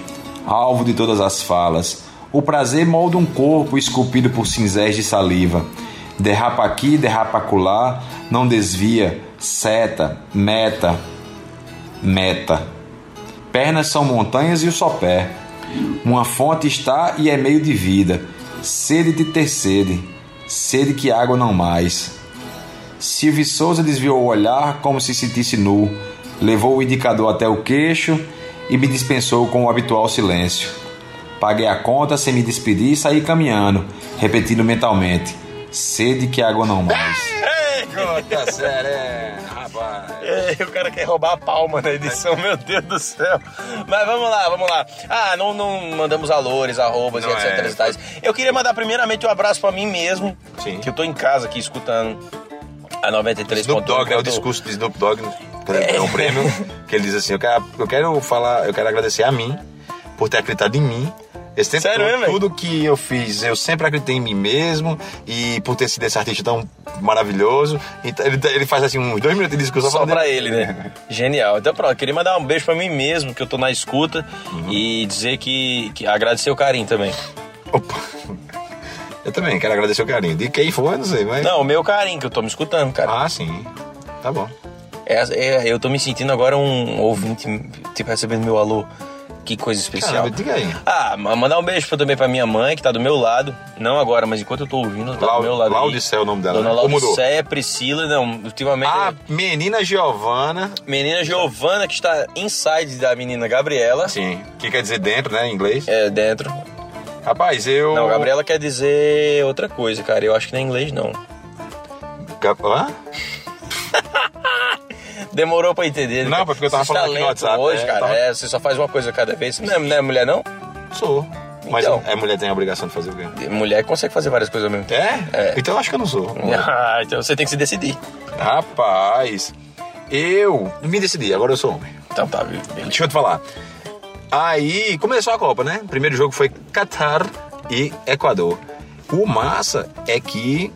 [SPEAKER 4] alvo de todas as falas. O prazer molda um corpo esculpido por cinzéis de saliva. Derrapa aqui, derrapa acolá, não desvia, seta, meta, meta. Pernas são montanhas e o sopé. Uma fonte está e é meio de vida. Sede de ter sede, sede que água não mais. Silvio Souza desviou o olhar como se sentisse nu, levou o indicador até o queixo e me dispensou com o habitual silêncio. Paguei a conta sem me despedir e saí caminhando, repetindo mentalmente: sede que água não mais.
[SPEAKER 7] Gota serena, rapaz.
[SPEAKER 3] É, O cara quer roubar a palma na edição, meu Deus do céu. Mas vamos lá, vamos lá. Ah, não, não mandamos alores, arrobas e
[SPEAKER 7] Não
[SPEAKER 3] etc.
[SPEAKER 7] é.
[SPEAKER 3] e tais. Eu queria mandar primeiramente um abraço pra mim mesmo,
[SPEAKER 7] Sim.
[SPEAKER 3] que eu tô em casa aqui escutando a 93.
[SPEAKER 7] Snoop
[SPEAKER 4] né?
[SPEAKER 7] Dogg, é o discurso de Snoop Dogg quando
[SPEAKER 4] é
[SPEAKER 7] ele ganhou
[SPEAKER 3] É.
[SPEAKER 7] um prêmio, que ele diz assim, eu quero, eu quero falar, eu quero agradecer a mim por ter acreditado em mim
[SPEAKER 4] Esse tempo
[SPEAKER 3] Sério,
[SPEAKER 4] todo,
[SPEAKER 3] né, velho?
[SPEAKER 4] tudo que eu fiz, eu sempre acreditei em mim mesmo e por ter sido esse artista tão maravilhoso. Então, ele, ele faz assim uns dois minutos de discussão
[SPEAKER 3] Só
[SPEAKER 4] falando
[SPEAKER 3] pra
[SPEAKER 4] dele.
[SPEAKER 3] ele, né? Genial. Então pronto, queria mandar um beijo pra mim mesmo, que eu tô na escuta,
[SPEAKER 7] Uhum.
[SPEAKER 3] e dizer que, que agradecer o carinho também.
[SPEAKER 4] Opa. Eu também quero agradecer o carinho. De quem for, eu não sei, mas.
[SPEAKER 3] Não, o meu carinho, que eu tô me escutando, cara.
[SPEAKER 4] Ah, sim. Tá bom.
[SPEAKER 3] É, é, eu tô me sentindo agora um ouvinte, tipo, recebendo meu alô. Que coisa especial.
[SPEAKER 4] Caramba, diga aí.
[SPEAKER 3] Ah, ma- mandar um beijo pra- também pra minha mãe, que tá do meu lado. Não agora, mas enquanto eu tô ouvindo, ela tá
[SPEAKER 4] Lau-
[SPEAKER 3] do meu lado. aí.
[SPEAKER 4] Laudicé é o nome dela,
[SPEAKER 3] Dona
[SPEAKER 4] né? Ou mudou? Ah.
[SPEAKER 3] Laudicé, Priscila, não, ultimamente.
[SPEAKER 4] A
[SPEAKER 3] é-
[SPEAKER 4] menina Giovana.
[SPEAKER 3] Menina Giovana, que está inside da menina Gabriela.
[SPEAKER 4] Sim. Que quer dizer dentro, né? Em inglês.
[SPEAKER 3] É, dentro.
[SPEAKER 4] Rapaz, eu.
[SPEAKER 3] Não, Gabriela quer dizer outra coisa, cara. Eu acho que não é inglês, não.
[SPEAKER 4] Gab- Hã?
[SPEAKER 3] Demorou pra entender.
[SPEAKER 4] Não, porque eu tava
[SPEAKER 3] Vocês
[SPEAKER 4] falando
[SPEAKER 3] tá
[SPEAKER 4] aqui no
[SPEAKER 3] lento
[SPEAKER 4] WhatsApp,
[SPEAKER 3] hoje,
[SPEAKER 4] né?
[SPEAKER 3] cara.
[SPEAKER 4] Tava-
[SPEAKER 3] É, você só faz uma coisa cada vez. Não é, não é mulher, não?
[SPEAKER 4] Sou. Mas
[SPEAKER 3] Então.
[SPEAKER 4] a mulher tem a obrigação de fazer o quê?
[SPEAKER 3] Mulher consegue fazer várias coisas ao mesmo tempo.
[SPEAKER 4] É?
[SPEAKER 3] É.
[SPEAKER 4] Então eu acho que eu não sou.
[SPEAKER 3] Ah, então você tem que se decidir.
[SPEAKER 4] Rapaz, eu me decidi, agora eu sou homem.
[SPEAKER 3] Então tá, beleza.
[SPEAKER 4] Deixa eu te falar. Aí começou a Copa, né? Primeiro jogo foi Catar e Equador. O massa é que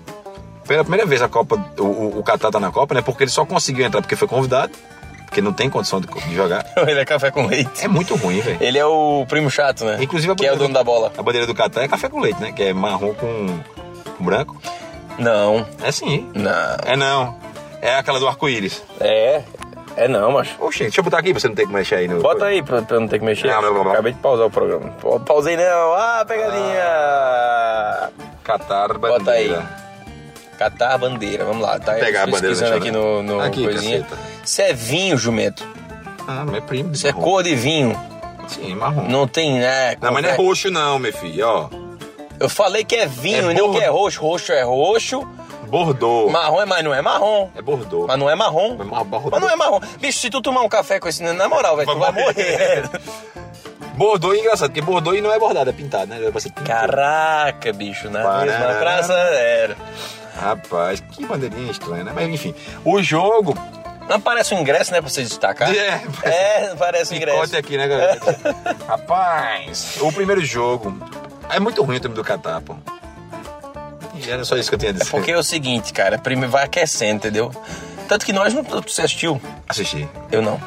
[SPEAKER 4] pela primeira vez a Copa, o, o, o Catar tá na Copa, né? Porque ele só conseguiu entrar porque foi convidado, porque não tem condição de, co- de jogar.
[SPEAKER 3] Ele é café com leite.
[SPEAKER 4] É muito ruim, velho.
[SPEAKER 3] Ele é o primo chato, né?
[SPEAKER 4] Inclusive a
[SPEAKER 3] Que é o dono da bola.
[SPEAKER 4] A bandeira do Catar é café com leite, né? Que é marrom com, com branco.
[SPEAKER 3] Não,
[SPEAKER 4] É sim.
[SPEAKER 3] não.
[SPEAKER 4] É não. É aquela do arco-íris.
[SPEAKER 3] É, é não, macho.
[SPEAKER 4] Oxê, deixa eu botar aqui pra você não ter que mexer aí no.
[SPEAKER 3] Bota aí pra, pra eu não ter que mexer.
[SPEAKER 4] Não, não, não, não.
[SPEAKER 3] Acabei de pausar o programa. Pa- Pausei não. Ah, pegadinha.
[SPEAKER 4] Catar, Ah, bandeira.
[SPEAKER 3] Bota aí. Catar a bandeira, vamos lá. Tá
[SPEAKER 4] Pegar a bandeira,
[SPEAKER 3] pesquisando aqui
[SPEAKER 4] deixa eu
[SPEAKER 3] no,
[SPEAKER 4] ver.
[SPEAKER 3] no
[SPEAKER 4] Aqui,
[SPEAKER 3] coisinha.
[SPEAKER 4] caceta.
[SPEAKER 3] Isso é vinho, jumento.
[SPEAKER 4] Ah, mas é primo.
[SPEAKER 3] Isso é cor de vinho.
[SPEAKER 4] Sim, marrom.
[SPEAKER 3] Não tem, né?
[SPEAKER 4] Não, mas não é roxo não, meu filho, ó.
[SPEAKER 3] Eu falei que é vinho,
[SPEAKER 4] É
[SPEAKER 3] não que é
[SPEAKER 4] bordo.
[SPEAKER 3] roxo. Roxo é roxo,
[SPEAKER 4] Bordeaux.
[SPEAKER 3] marrom é, mas não é marrom.
[SPEAKER 4] É Bordeaux.
[SPEAKER 3] Mas não é marrom.
[SPEAKER 4] Mas mar- bordeaux.
[SPEAKER 3] Mas não é marrom. Bicho, se tu tomar um café com esse, na moral, velho, tu vai
[SPEAKER 4] Vai morrer.
[SPEAKER 3] morrer.
[SPEAKER 4] Bordeaux é engraçado, porque Bordeaux e não é bordado, é pintado, né? Vai ser pintado.
[SPEAKER 3] Caraca, bicho, na mesma
[SPEAKER 4] Parará.
[SPEAKER 3] praça era.
[SPEAKER 4] Rapaz, que bandeirinha estranha, né? Mas enfim, o jogo...
[SPEAKER 3] Não parece um ingresso, né, pra você destacar?
[SPEAKER 4] É,
[SPEAKER 3] é parece um ingresso.
[SPEAKER 4] Corte aqui, né, galera? Rapaz, o primeiro jogo... É muito ruim o time do Catar, pô. E era só isso que eu tinha a dizer.
[SPEAKER 3] Porque é o seguinte, cara, primeiro vai aquecendo, entendeu? Tanto que nós não. Você assistiu?
[SPEAKER 4] Assisti.
[SPEAKER 3] Eu não.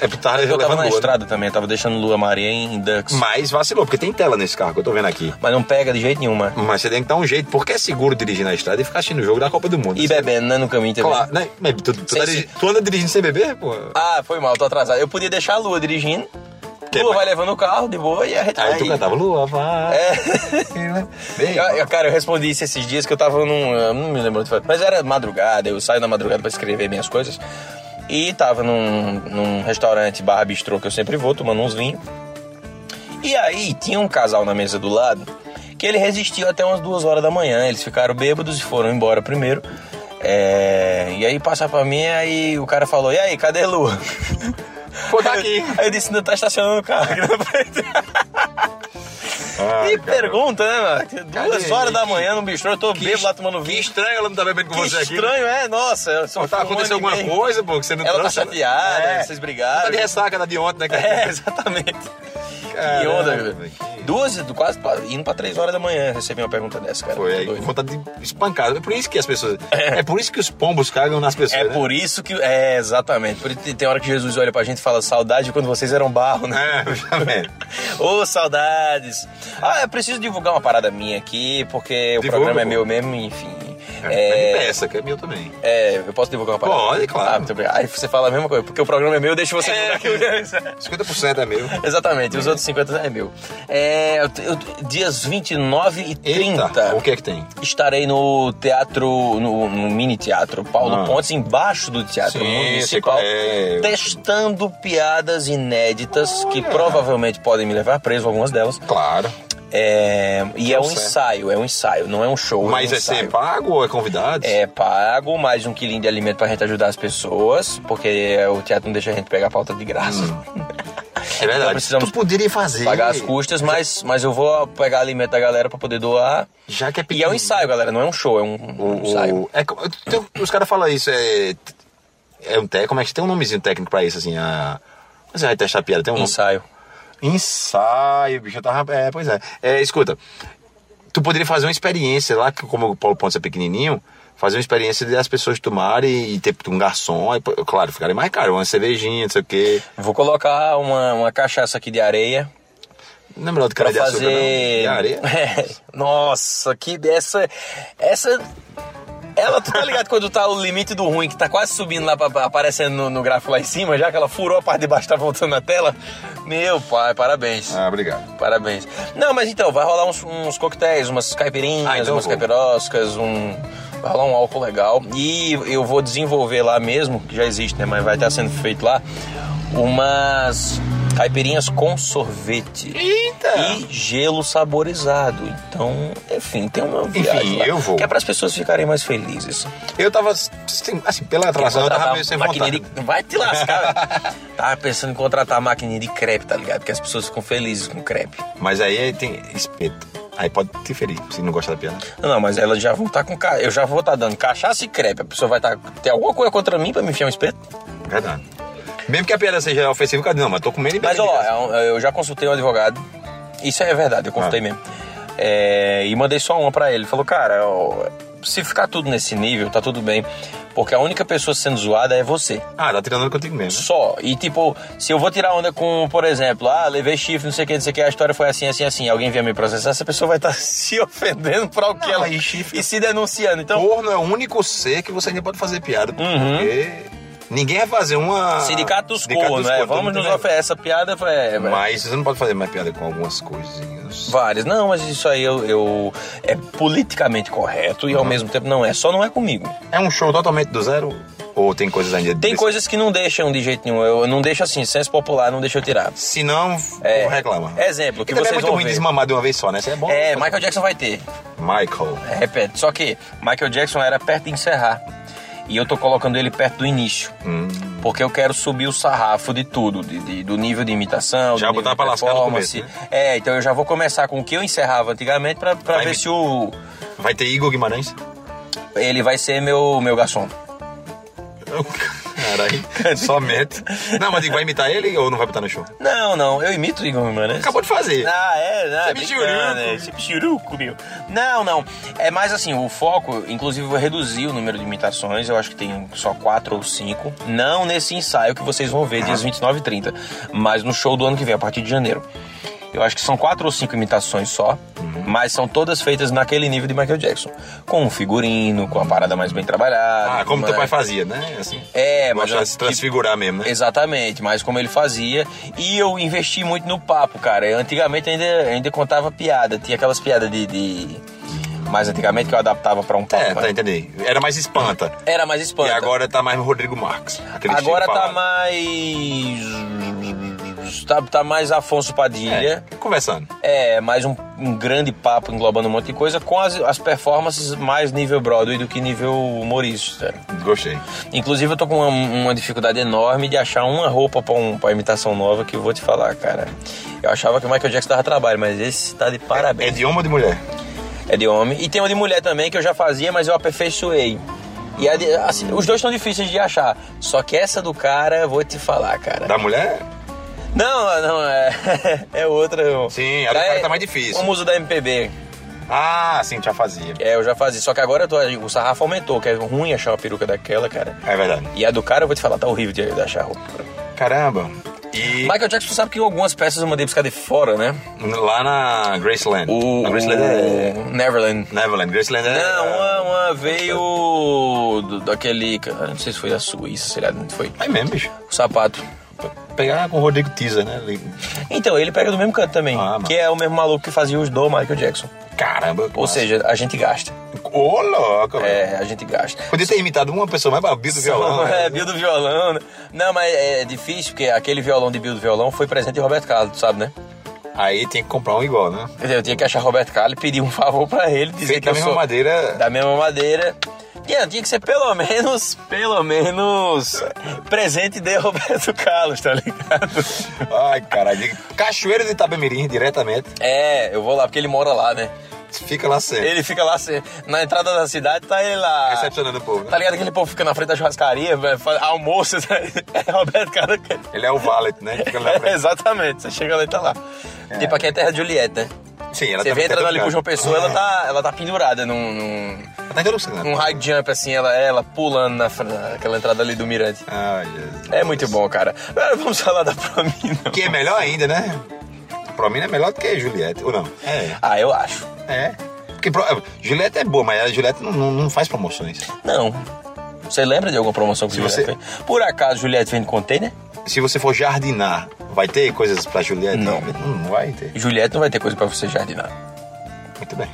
[SPEAKER 4] É porque tava
[SPEAKER 3] Eu tava
[SPEAKER 4] levando
[SPEAKER 3] na
[SPEAKER 4] boa, né?
[SPEAKER 3] estrada também, eu tava deixando Lua Maria em Dux.
[SPEAKER 4] Mas vacilou, porque tem tela nesse carro que eu tô vendo aqui.
[SPEAKER 3] Mas não pega de jeito nenhum, né?
[SPEAKER 4] Mas você tem que dar um jeito, porque é seguro dirigir na estrada e ficar assistindo o jogo da Copa do Mundo.
[SPEAKER 3] E
[SPEAKER 4] Você-
[SPEAKER 3] bebendo, né, no caminho também.
[SPEAKER 4] Claro, né? Mas tu, tu,
[SPEAKER 3] Sim,
[SPEAKER 4] tá
[SPEAKER 3] sim.
[SPEAKER 4] dirigi- tu anda dirigindo sem beber, pô?
[SPEAKER 3] Ah, foi mal, tô atrasado. Eu podia deixar a Lua dirigindo.
[SPEAKER 4] Tem
[SPEAKER 3] Lua
[SPEAKER 4] mais-
[SPEAKER 3] vai levando o carro de boa e a gente
[SPEAKER 4] Aí
[SPEAKER 3] vai.
[SPEAKER 4] tu cantava, Lua, vai. né?
[SPEAKER 3] É.
[SPEAKER 4] Bem,
[SPEAKER 3] Eu- eu- cara, eu respondi isso esses dias que eu tava num. eu não me lembro onde foi. Mas era madrugada, eu saio na madrugada pra escrever minhas coisas. E tava num, num restaurante barra bistrô que eu sempre vou, tomando uns vinhos. E aí tinha um casal na mesa do lado que ele resistiu até umas duas horas da manhã. Eles ficaram bêbados e foram embora primeiro. É, e aí passa pra mim, aí o cara falou: E aí, cadê a lua?
[SPEAKER 4] Pô, tá aqui.
[SPEAKER 3] Aí eu disse: Não tá estacionando o carro aqui na frente.
[SPEAKER 4] Ah,
[SPEAKER 3] Que
[SPEAKER 4] cara.
[SPEAKER 3] pergunta, né, mano? Duas
[SPEAKER 4] Cadê?
[SPEAKER 3] horas da manhã no bistrô, eu tô
[SPEAKER 4] Que
[SPEAKER 3] bêbado lá tomando
[SPEAKER 4] Que
[SPEAKER 3] vinho.
[SPEAKER 4] estranho ela não tá bebendo com
[SPEAKER 3] Que
[SPEAKER 4] você aqui. né?
[SPEAKER 3] estranho, é? Nossa, eu só
[SPEAKER 4] Pô, tá
[SPEAKER 3] fui um
[SPEAKER 4] acontecendo
[SPEAKER 3] ano e
[SPEAKER 4] alguma
[SPEAKER 3] meio.
[SPEAKER 4] coisa, pô, que você não
[SPEAKER 3] Ela tá
[SPEAKER 4] trouxe, né?
[SPEAKER 3] chateada, vocês brigaram.
[SPEAKER 4] Tá de ressaca da de ontem, né, cara?
[SPEAKER 3] É, exatamente. que
[SPEAKER 4] Caramba,
[SPEAKER 3] onda, velho.
[SPEAKER 4] que-
[SPEAKER 3] Duas, do- quase pra- indo pra três horas da manhã, eu recebi uma pergunta dessa, cara.
[SPEAKER 4] Foi
[SPEAKER 3] Muito
[SPEAKER 4] aí, com
[SPEAKER 3] doido.
[SPEAKER 4] vontade de espancar. É por isso que as pessoas. É, por isso que os pombos cagam nas pessoas.
[SPEAKER 3] É
[SPEAKER 4] né?
[SPEAKER 3] por isso que. É, exatamente. Por isso que tem hora que Jesus olha pra gente e fala saudade quando vocês eram barro, né?
[SPEAKER 4] É, já vem.
[SPEAKER 3] Ô, saudades! Ah, eu preciso divulgar uma parada minha aqui, porque o
[SPEAKER 4] Divulga,
[SPEAKER 3] programa é
[SPEAKER 4] pô.
[SPEAKER 3] meu mesmo, enfim.
[SPEAKER 4] É, peça, que é meu também.
[SPEAKER 3] É, eu posso divulgar uma parada?
[SPEAKER 4] Pode, claro.
[SPEAKER 3] Ah, muito obrigado. Aí você fala a mesma coisa, porque o programa é meu, deixa você divulgar aqui.
[SPEAKER 4] 50% é meu.
[SPEAKER 3] Exatamente, os outros 50 é meu. É, eu te- eu- dias 29 e 30
[SPEAKER 4] Eita, o que é que tem?
[SPEAKER 3] estarei no teatro, no, no mini teatro Paulo
[SPEAKER 4] Ah.
[SPEAKER 3] Pontes, embaixo do teatro
[SPEAKER 4] Sim,
[SPEAKER 3] municipal,
[SPEAKER 4] sei qual é.
[SPEAKER 3] testando piadas inéditas que provavelmente podem me levar preso, algumas delas.
[SPEAKER 4] Claro.
[SPEAKER 3] É, e é um
[SPEAKER 4] Tá certo.
[SPEAKER 3] ensaio, é um ensaio, não é um show.
[SPEAKER 4] Mas
[SPEAKER 3] é um
[SPEAKER 4] é ser
[SPEAKER 3] ensaio.
[SPEAKER 4] pago ou é convidado?
[SPEAKER 3] É pago mais um quilinho de alimento pra gente ajudar as pessoas, porque o teatro não deixa a gente pegar a pauta de graça.
[SPEAKER 4] Hum. É verdade.
[SPEAKER 3] Então precisamos
[SPEAKER 4] tu poderia fazer.
[SPEAKER 3] Pagar as custas,
[SPEAKER 4] é-
[SPEAKER 3] mas, mas eu vou pegar alimento da galera pra poder doar.
[SPEAKER 4] Já que é
[SPEAKER 3] E é um ensaio, galera, não é um show, é um,
[SPEAKER 4] O,
[SPEAKER 3] um ensaio.
[SPEAKER 4] o- é co- tem- os caras falam isso, é. É um técnico, como é que tem um nomezinho técnico pra isso, assim? A, você vai testar piada, tem um nome.
[SPEAKER 3] Ensaio.
[SPEAKER 4] Ensaio, bicho. Eu tava. É, pois é. é. Escuta, tu poderia fazer uma experiência lá, que como o Paulo Pontes é pequenininho, fazer uma experiência de as pessoas tomarem e ter um garçom, aí, pô, claro, ficarem mais caro, uma cervejinha, não sei o quê.
[SPEAKER 3] Vou colocar uma, uma cachaça aqui de areia.
[SPEAKER 4] Não é melhor do
[SPEAKER 3] Pra
[SPEAKER 4] cara de açúcar, não.
[SPEAKER 3] fazer.
[SPEAKER 4] De areia?
[SPEAKER 3] É. Nossa, que essa. Essa. Ela, tu tá ligado quando tá o limite do ruim, que tá quase subindo lá, pra- pra- aparecendo no, no gráfico lá em cima, já que ela furou a parte de baixo, tá voltando na tela? Meu pai, parabéns.
[SPEAKER 4] Ah, obrigado.
[SPEAKER 3] Parabéns. Não, mas então, vai rolar uns, uns coquetéis, umas caipirinhas,
[SPEAKER 4] Ah, então
[SPEAKER 3] umas
[SPEAKER 4] eu vou.
[SPEAKER 3] caipiroscas, um. Vai rolar um álcool legal. E eu vou desenvolver lá mesmo, que já existe, né? Mas vai estar sendo feito lá, umas caipirinhas com sorvete.
[SPEAKER 4] Eita!
[SPEAKER 3] E gelo saborizado. Então, enfim, tem uma viagem. lá,
[SPEAKER 4] eu vou.
[SPEAKER 3] Que é para as pessoas ficarem mais felizes.
[SPEAKER 4] Eu tava, assim, assim, pela atração, eu tava meio sem
[SPEAKER 3] Maquininha
[SPEAKER 4] vontade.
[SPEAKER 3] de- Vai te lascar. velho. tava pensando em contratar a maquininha de crepe, tá ligado? Porque as pessoas ficam felizes com crepe.
[SPEAKER 4] Mas aí tem espeto. Aí pode te ferir, se não gosta da piada.
[SPEAKER 3] Não, mas elas já vão estar com. ca- Eu já vou estar dando cachaça e crepe. A pessoa vai estar. Tem alguma coisa contra mim pra me enfiar um espeto?
[SPEAKER 4] Verdade. Mesmo que a piada seja ofensiva, cara, não, mas tô comendo e
[SPEAKER 3] Mas,
[SPEAKER 4] bebendo
[SPEAKER 3] ó,
[SPEAKER 4] em casa.
[SPEAKER 3] é um- eu já consultei um advogado. Isso é verdade, eu consultei
[SPEAKER 4] Ah.
[SPEAKER 3] mesmo. É, e mandei só uma pra ele. Ele Falou, cara, ó, se ficar tudo nesse nível, tá tudo bem. Porque a única pessoa sendo zoada é você.
[SPEAKER 4] Ah, tá tirando contigo mesmo.
[SPEAKER 3] Só. E tipo, se eu vou tirar onda com, por exemplo, ah, levei chifre, não sei o que, não sei o que, a história foi assim, assim, assim, alguém vier me processar, essa pessoa vai estar se ofendendo pra o que
[SPEAKER 4] Ah,
[SPEAKER 3] ela.
[SPEAKER 4] e chifre.
[SPEAKER 3] E se denunciando. Então, Uhum.
[SPEAKER 4] Corno é o único ser que você ainda pode fazer piada. Porque ninguém vai fazer uma.
[SPEAKER 3] Sindicato dos
[SPEAKER 4] Sindicato
[SPEAKER 3] cornos, né? Vamos
[SPEAKER 4] Ah, todo
[SPEAKER 3] nos
[SPEAKER 4] mundo tem-
[SPEAKER 3] oferecer essa piada. É,
[SPEAKER 4] Mas você não pode fazer mais piada com algumas coisinhas.
[SPEAKER 3] Várias. Não, mas isso aí eu, eu- é politicamente correto
[SPEAKER 4] Uhum.
[SPEAKER 3] e ao mesmo tempo não é. Só não é comigo.
[SPEAKER 4] É um show totalmente do zero? Ou tem coisas ainda
[SPEAKER 3] Tem
[SPEAKER 4] desse-
[SPEAKER 3] coisas que não deixam de jeito nenhum. Eu eu não deixo assim, senso popular, não deixa eu tirar.
[SPEAKER 4] Se não,
[SPEAKER 3] É.
[SPEAKER 4] reclama.
[SPEAKER 3] Exemplo, que
[SPEAKER 4] E também
[SPEAKER 3] vocês
[SPEAKER 4] é muito
[SPEAKER 3] vão
[SPEAKER 4] ruim
[SPEAKER 3] ver.
[SPEAKER 4] desmamar de uma vez só, né? Isso é bom.
[SPEAKER 3] É, Michael Jackson vai ter. É,
[SPEAKER 4] Michael.
[SPEAKER 3] Repete. Só que Michael Jackson era perto de encerrar. E eu tô colocando ele perto do início.
[SPEAKER 4] Hum.
[SPEAKER 3] Porque eu quero subir o sarrafo de tudo, de- de- do nível de imitação,
[SPEAKER 4] Já
[SPEAKER 3] do nível
[SPEAKER 4] botar
[SPEAKER 3] de
[SPEAKER 4] pra lascar no
[SPEAKER 3] performance.
[SPEAKER 4] começo, né?
[SPEAKER 3] É, então eu já vou começar com o que eu encerrava antigamente pra, pra
[SPEAKER 4] Vai
[SPEAKER 3] ver
[SPEAKER 4] imi-
[SPEAKER 3] se o,
[SPEAKER 4] Vai ter Igor Guimarães?
[SPEAKER 3] ele vai ser meu, meu garçom.
[SPEAKER 4] Caralho, somente. Não, mas digo, vai imitar ele ou não vai botar no show?
[SPEAKER 3] Não, não, eu imito o Igor Guimarães.
[SPEAKER 4] Acabou de fazer.
[SPEAKER 3] Ah, é, não, é
[SPEAKER 4] Sempre
[SPEAKER 3] brincando,
[SPEAKER 4] churuco.
[SPEAKER 3] é sempre churuco, meu. Não, não. É mais assim, o foco, inclusive, eu reduzi o número de imitações. Eu acho que tem só quatro ou cinco. Não nesse ensaio que vocês vão ver, dias
[SPEAKER 4] Ah.
[SPEAKER 3] 29 e 30. Mas no show do ano que vem, a partir de janeiro. Eu acho que são quatro ou cinco imitações só,
[SPEAKER 4] Uhum.
[SPEAKER 3] mas são todas feitas naquele nível de Michael Jackson. Com um figurino, com a parada mais bem trabalhada.
[SPEAKER 4] Ah, como
[SPEAKER 3] com
[SPEAKER 4] teu
[SPEAKER 3] uma-
[SPEAKER 4] pai fazia, né? Assim,
[SPEAKER 3] É, mas
[SPEAKER 4] gosta
[SPEAKER 3] eu-
[SPEAKER 4] de se transfigurar mesmo, né?
[SPEAKER 3] Exatamente, mas como ele fazia. E eu investi muito no papo, cara. Eu, antigamente ainda, ainda contava piada, tinha aquelas piadas de. de- Mais antigamente que eu adaptava pra um papo.
[SPEAKER 4] É,
[SPEAKER 3] né?
[SPEAKER 4] tá, entendi. Era mais espanta.
[SPEAKER 3] Era mais
[SPEAKER 4] E
[SPEAKER 3] espanta.
[SPEAKER 4] agora tá mais Rodrigo Marques. aquele
[SPEAKER 3] Agora
[SPEAKER 4] estilo
[SPEAKER 3] tá
[SPEAKER 4] falado.
[SPEAKER 3] mais. Tá, tá mais Afonso Padilha.
[SPEAKER 4] É, conversando.
[SPEAKER 3] É, mais um, um grande papo englobando um monte de coisa, com as, as performances mais nível Broadway do que nível humorista.
[SPEAKER 4] Gostei.
[SPEAKER 3] Inclusive, eu tô com uma, uma dificuldade enorme de achar uma roupa pra, um- pra imitação nova que eu vou te falar, cara. Eu achava que o Michael Jackson dava trabalho, mas esse tá de
[SPEAKER 4] É
[SPEAKER 3] parabéns.
[SPEAKER 4] de homem ou de mulher?
[SPEAKER 3] É de homem. E tem uma de mulher também que eu já fazia, mas eu aperfeiçoei. E a de- assim, os dois estão difíceis de achar. Só que essa do cara, eu vou te falar, cara.
[SPEAKER 4] Da mulher?
[SPEAKER 3] Não, não, é. É outra. eu-
[SPEAKER 4] Sim, a do
[SPEAKER 3] Já
[SPEAKER 4] cara
[SPEAKER 3] é
[SPEAKER 4] tá mais difícil.
[SPEAKER 3] Um uso da MPB.
[SPEAKER 4] Ah, sim, já fazia.
[SPEAKER 3] É, eu já fazia. Só que agora eu tô, o sarrafo aumentou, que é ruim achar uma peruca daquela, cara.
[SPEAKER 4] É verdade.
[SPEAKER 3] E a do cara, eu vou te falar, tá horrível de, de achar a roupa.
[SPEAKER 4] Caramba. E
[SPEAKER 3] Michael Jackson, tu sabe que algumas peças eu mandei buscar de fora, né?
[SPEAKER 4] lá na Graceland.
[SPEAKER 3] O,
[SPEAKER 4] na Graceland é...
[SPEAKER 3] o Neverland.
[SPEAKER 4] Neverland. Graceland é...
[SPEAKER 3] Não, uma, uma veio do- daquele. cara, Não sei se foi da Suíça, sei lá de onde foi.
[SPEAKER 4] Aí É mesmo, bicho.
[SPEAKER 3] O sapato.
[SPEAKER 4] Pegar com o Rodrigo Teaser, né? Ele-
[SPEAKER 3] Então, ele pega do mesmo canto também.
[SPEAKER 4] Ah, mano.
[SPEAKER 3] que é o mesmo maluco que fazia os do Michael Jackson.
[SPEAKER 4] Caramba.
[SPEAKER 3] Ou seja, a gente gasta.
[SPEAKER 4] Ô, louco, velho.
[SPEAKER 3] É, a gente gasta.
[SPEAKER 4] Podia ter imitado uma pessoa mais babida do violão.
[SPEAKER 3] é,
[SPEAKER 4] né?
[SPEAKER 3] Bill do violão. né? Não, mas é difícil, porque aquele violão de Bill do violão foi presente de Roberto Carlos, tu sabe, né?
[SPEAKER 4] Aí tem que comprar um igual, né?
[SPEAKER 3] Quer dizer, Eu tinha que achar Roberto Carlos, pedir um favor pra ele, dizer
[SPEAKER 4] Feito
[SPEAKER 3] que
[SPEAKER 4] da
[SPEAKER 3] eu
[SPEAKER 4] mesma
[SPEAKER 3] sou...
[SPEAKER 4] madeira.
[SPEAKER 3] da mesma madeira. Tinha, tinha que ser pelo menos, pelo menos, presente de Roberto Carlos, tá ligado?
[SPEAKER 4] Ai, caralho. Cachoeiro de Itabemirim, diretamente.
[SPEAKER 3] É, eu vou lá, porque ele mora lá, né?
[SPEAKER 4] Fica lá sempre.
[SPEAKER 3] Ele fica lá assim, na entrada da cidade, tá ele lá.
[SPEAKER 4] Recepcionando o povo, né?
[SPEAKER 3] Tá ligado? Aquele povo fica na frente da churrascaria, vai fa- almoço. É Roberto Carlos.
[SPEAKER 4] Ele é o valet, né? Fica lá
[SPEAKER 3] É,
[SPEAKER 4] pra...
[SPEAKER 3] exatamente, você chega lá e tá lá. E pra quem é terra de Juliette, né?
[SPEAKER 4] Sim, ela
[SPEAKER 3] você
[SPEAKER 4] tá
[SPEAKER 3] vê entrando
[SPEAKER 4] tá
[SPEAKER 3] ali
[SPEAKER 4] ligado.
[SPEAKER 3] pro João Pessoa, ela
[SPEAKER 4] É.
[SPEAKER 3] tá, ela tá pendurada num, num,
[SPEAKER 4] Ela tá em todo lugar.
[SPEAKER 3] num high jump, assim, ela, ela pulando na, fr- naquela entrada ali do Mirante.
[SPEAKER 4] Ai, Jesus.
[SPEAKER 3] É muito bom, cara. Agora vamos falar da Promina.
[SPEAKER 4] Que é melhor ainda, né? Pra mim é melhor do que Juliette, ou não? É.
[SPEAKER 3] Ah, eu acho.
[SPEAKER 4] É. Porque pro... Juliette é boa, mas a Juliette não, não, não faz promoções.
[SPEAKER 3] Não. Você lembra de alguma promoção que
[SPEAKER 4] Se
[SPEAKER 3] Juliette
[SPEAKER 4] você-
[SPEAKER 3] fez? Por acaso Juliette vende container?
[SPEAKER 4] Se você for jardinar, vai ter coisas pra Juliette?
[SPEAKER 3] Não.
[SPEAKER 4] Hum, não vai ter.
[SPEAKER 3] Juliette não vai ter coisa pra você jardinar.
[SPEAKER 4] Muito bem.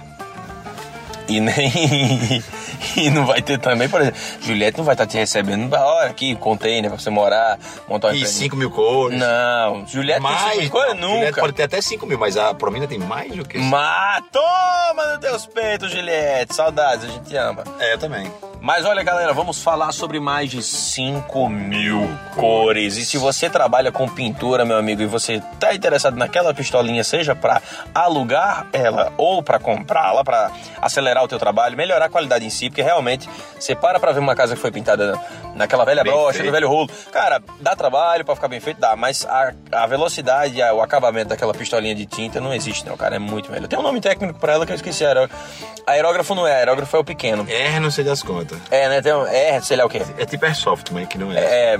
[SPEAKER 3] E nem. e não vai ter também, por exemplo. Juliette não vai estar te recebendo. "Ah, Olha aqui, container pra você morar, montar um
[SPEAKER 4] E
[SPEAKER 3] empreendimento."
[SPEAKER 4] 5 mil cores.
[SPEAKER 3] Não, Juliette tem
[SPEAKER 4] mais.
[SPEAKER 3] cinco coisa
[SPEAKER 4] não, Juliette
[SPEAKER 3] nunca.
[SPEAKER 4] pode ter até 5 mil, mas a Promina tem mais do que isso.
[SPEAKER 3] Mas toma nos teus peitos, Juliette. Saudades, a gente te ama.
[SPEAKER 4] É, eu também.
[SPEAKER 3] Mas olha, galera, vamos falar sobre mais de 5 mil cores. E se você trabalha com pintura, meu amigo, e você tá interessado naquela pistolinha, seja para alugar ela ou para comprá-la, para acelerar o teu trabalho, melhorar a qualidade em si, porque realmente você para pra ver uma casa que foi pintada naquela velha
[SPEAKER 4] Bem
[SPEAKER 3] brocha,
[SPEAKER 4] feito.
[SPEAKER 3] do velho rolo. Cara, dá trabalho pra ficar bem feito, dá, mas a, a velocidade, a- o acabamento daquela pistolinha de tinta não existe, não, cara, é muito melhor. Tem um nome técnico pra ela que eu esqueci, aeró- aerógrafo não é, aerógrafo é o pequeno.
[SPEAKER 4] É, não sei das contas.
[SPEAKER 3] É, né? Tem um, é, sei lá o quê.
[SPEAKER 4] É tipo Airsoft, mas que não é.
[SPEAKER 3] É, é,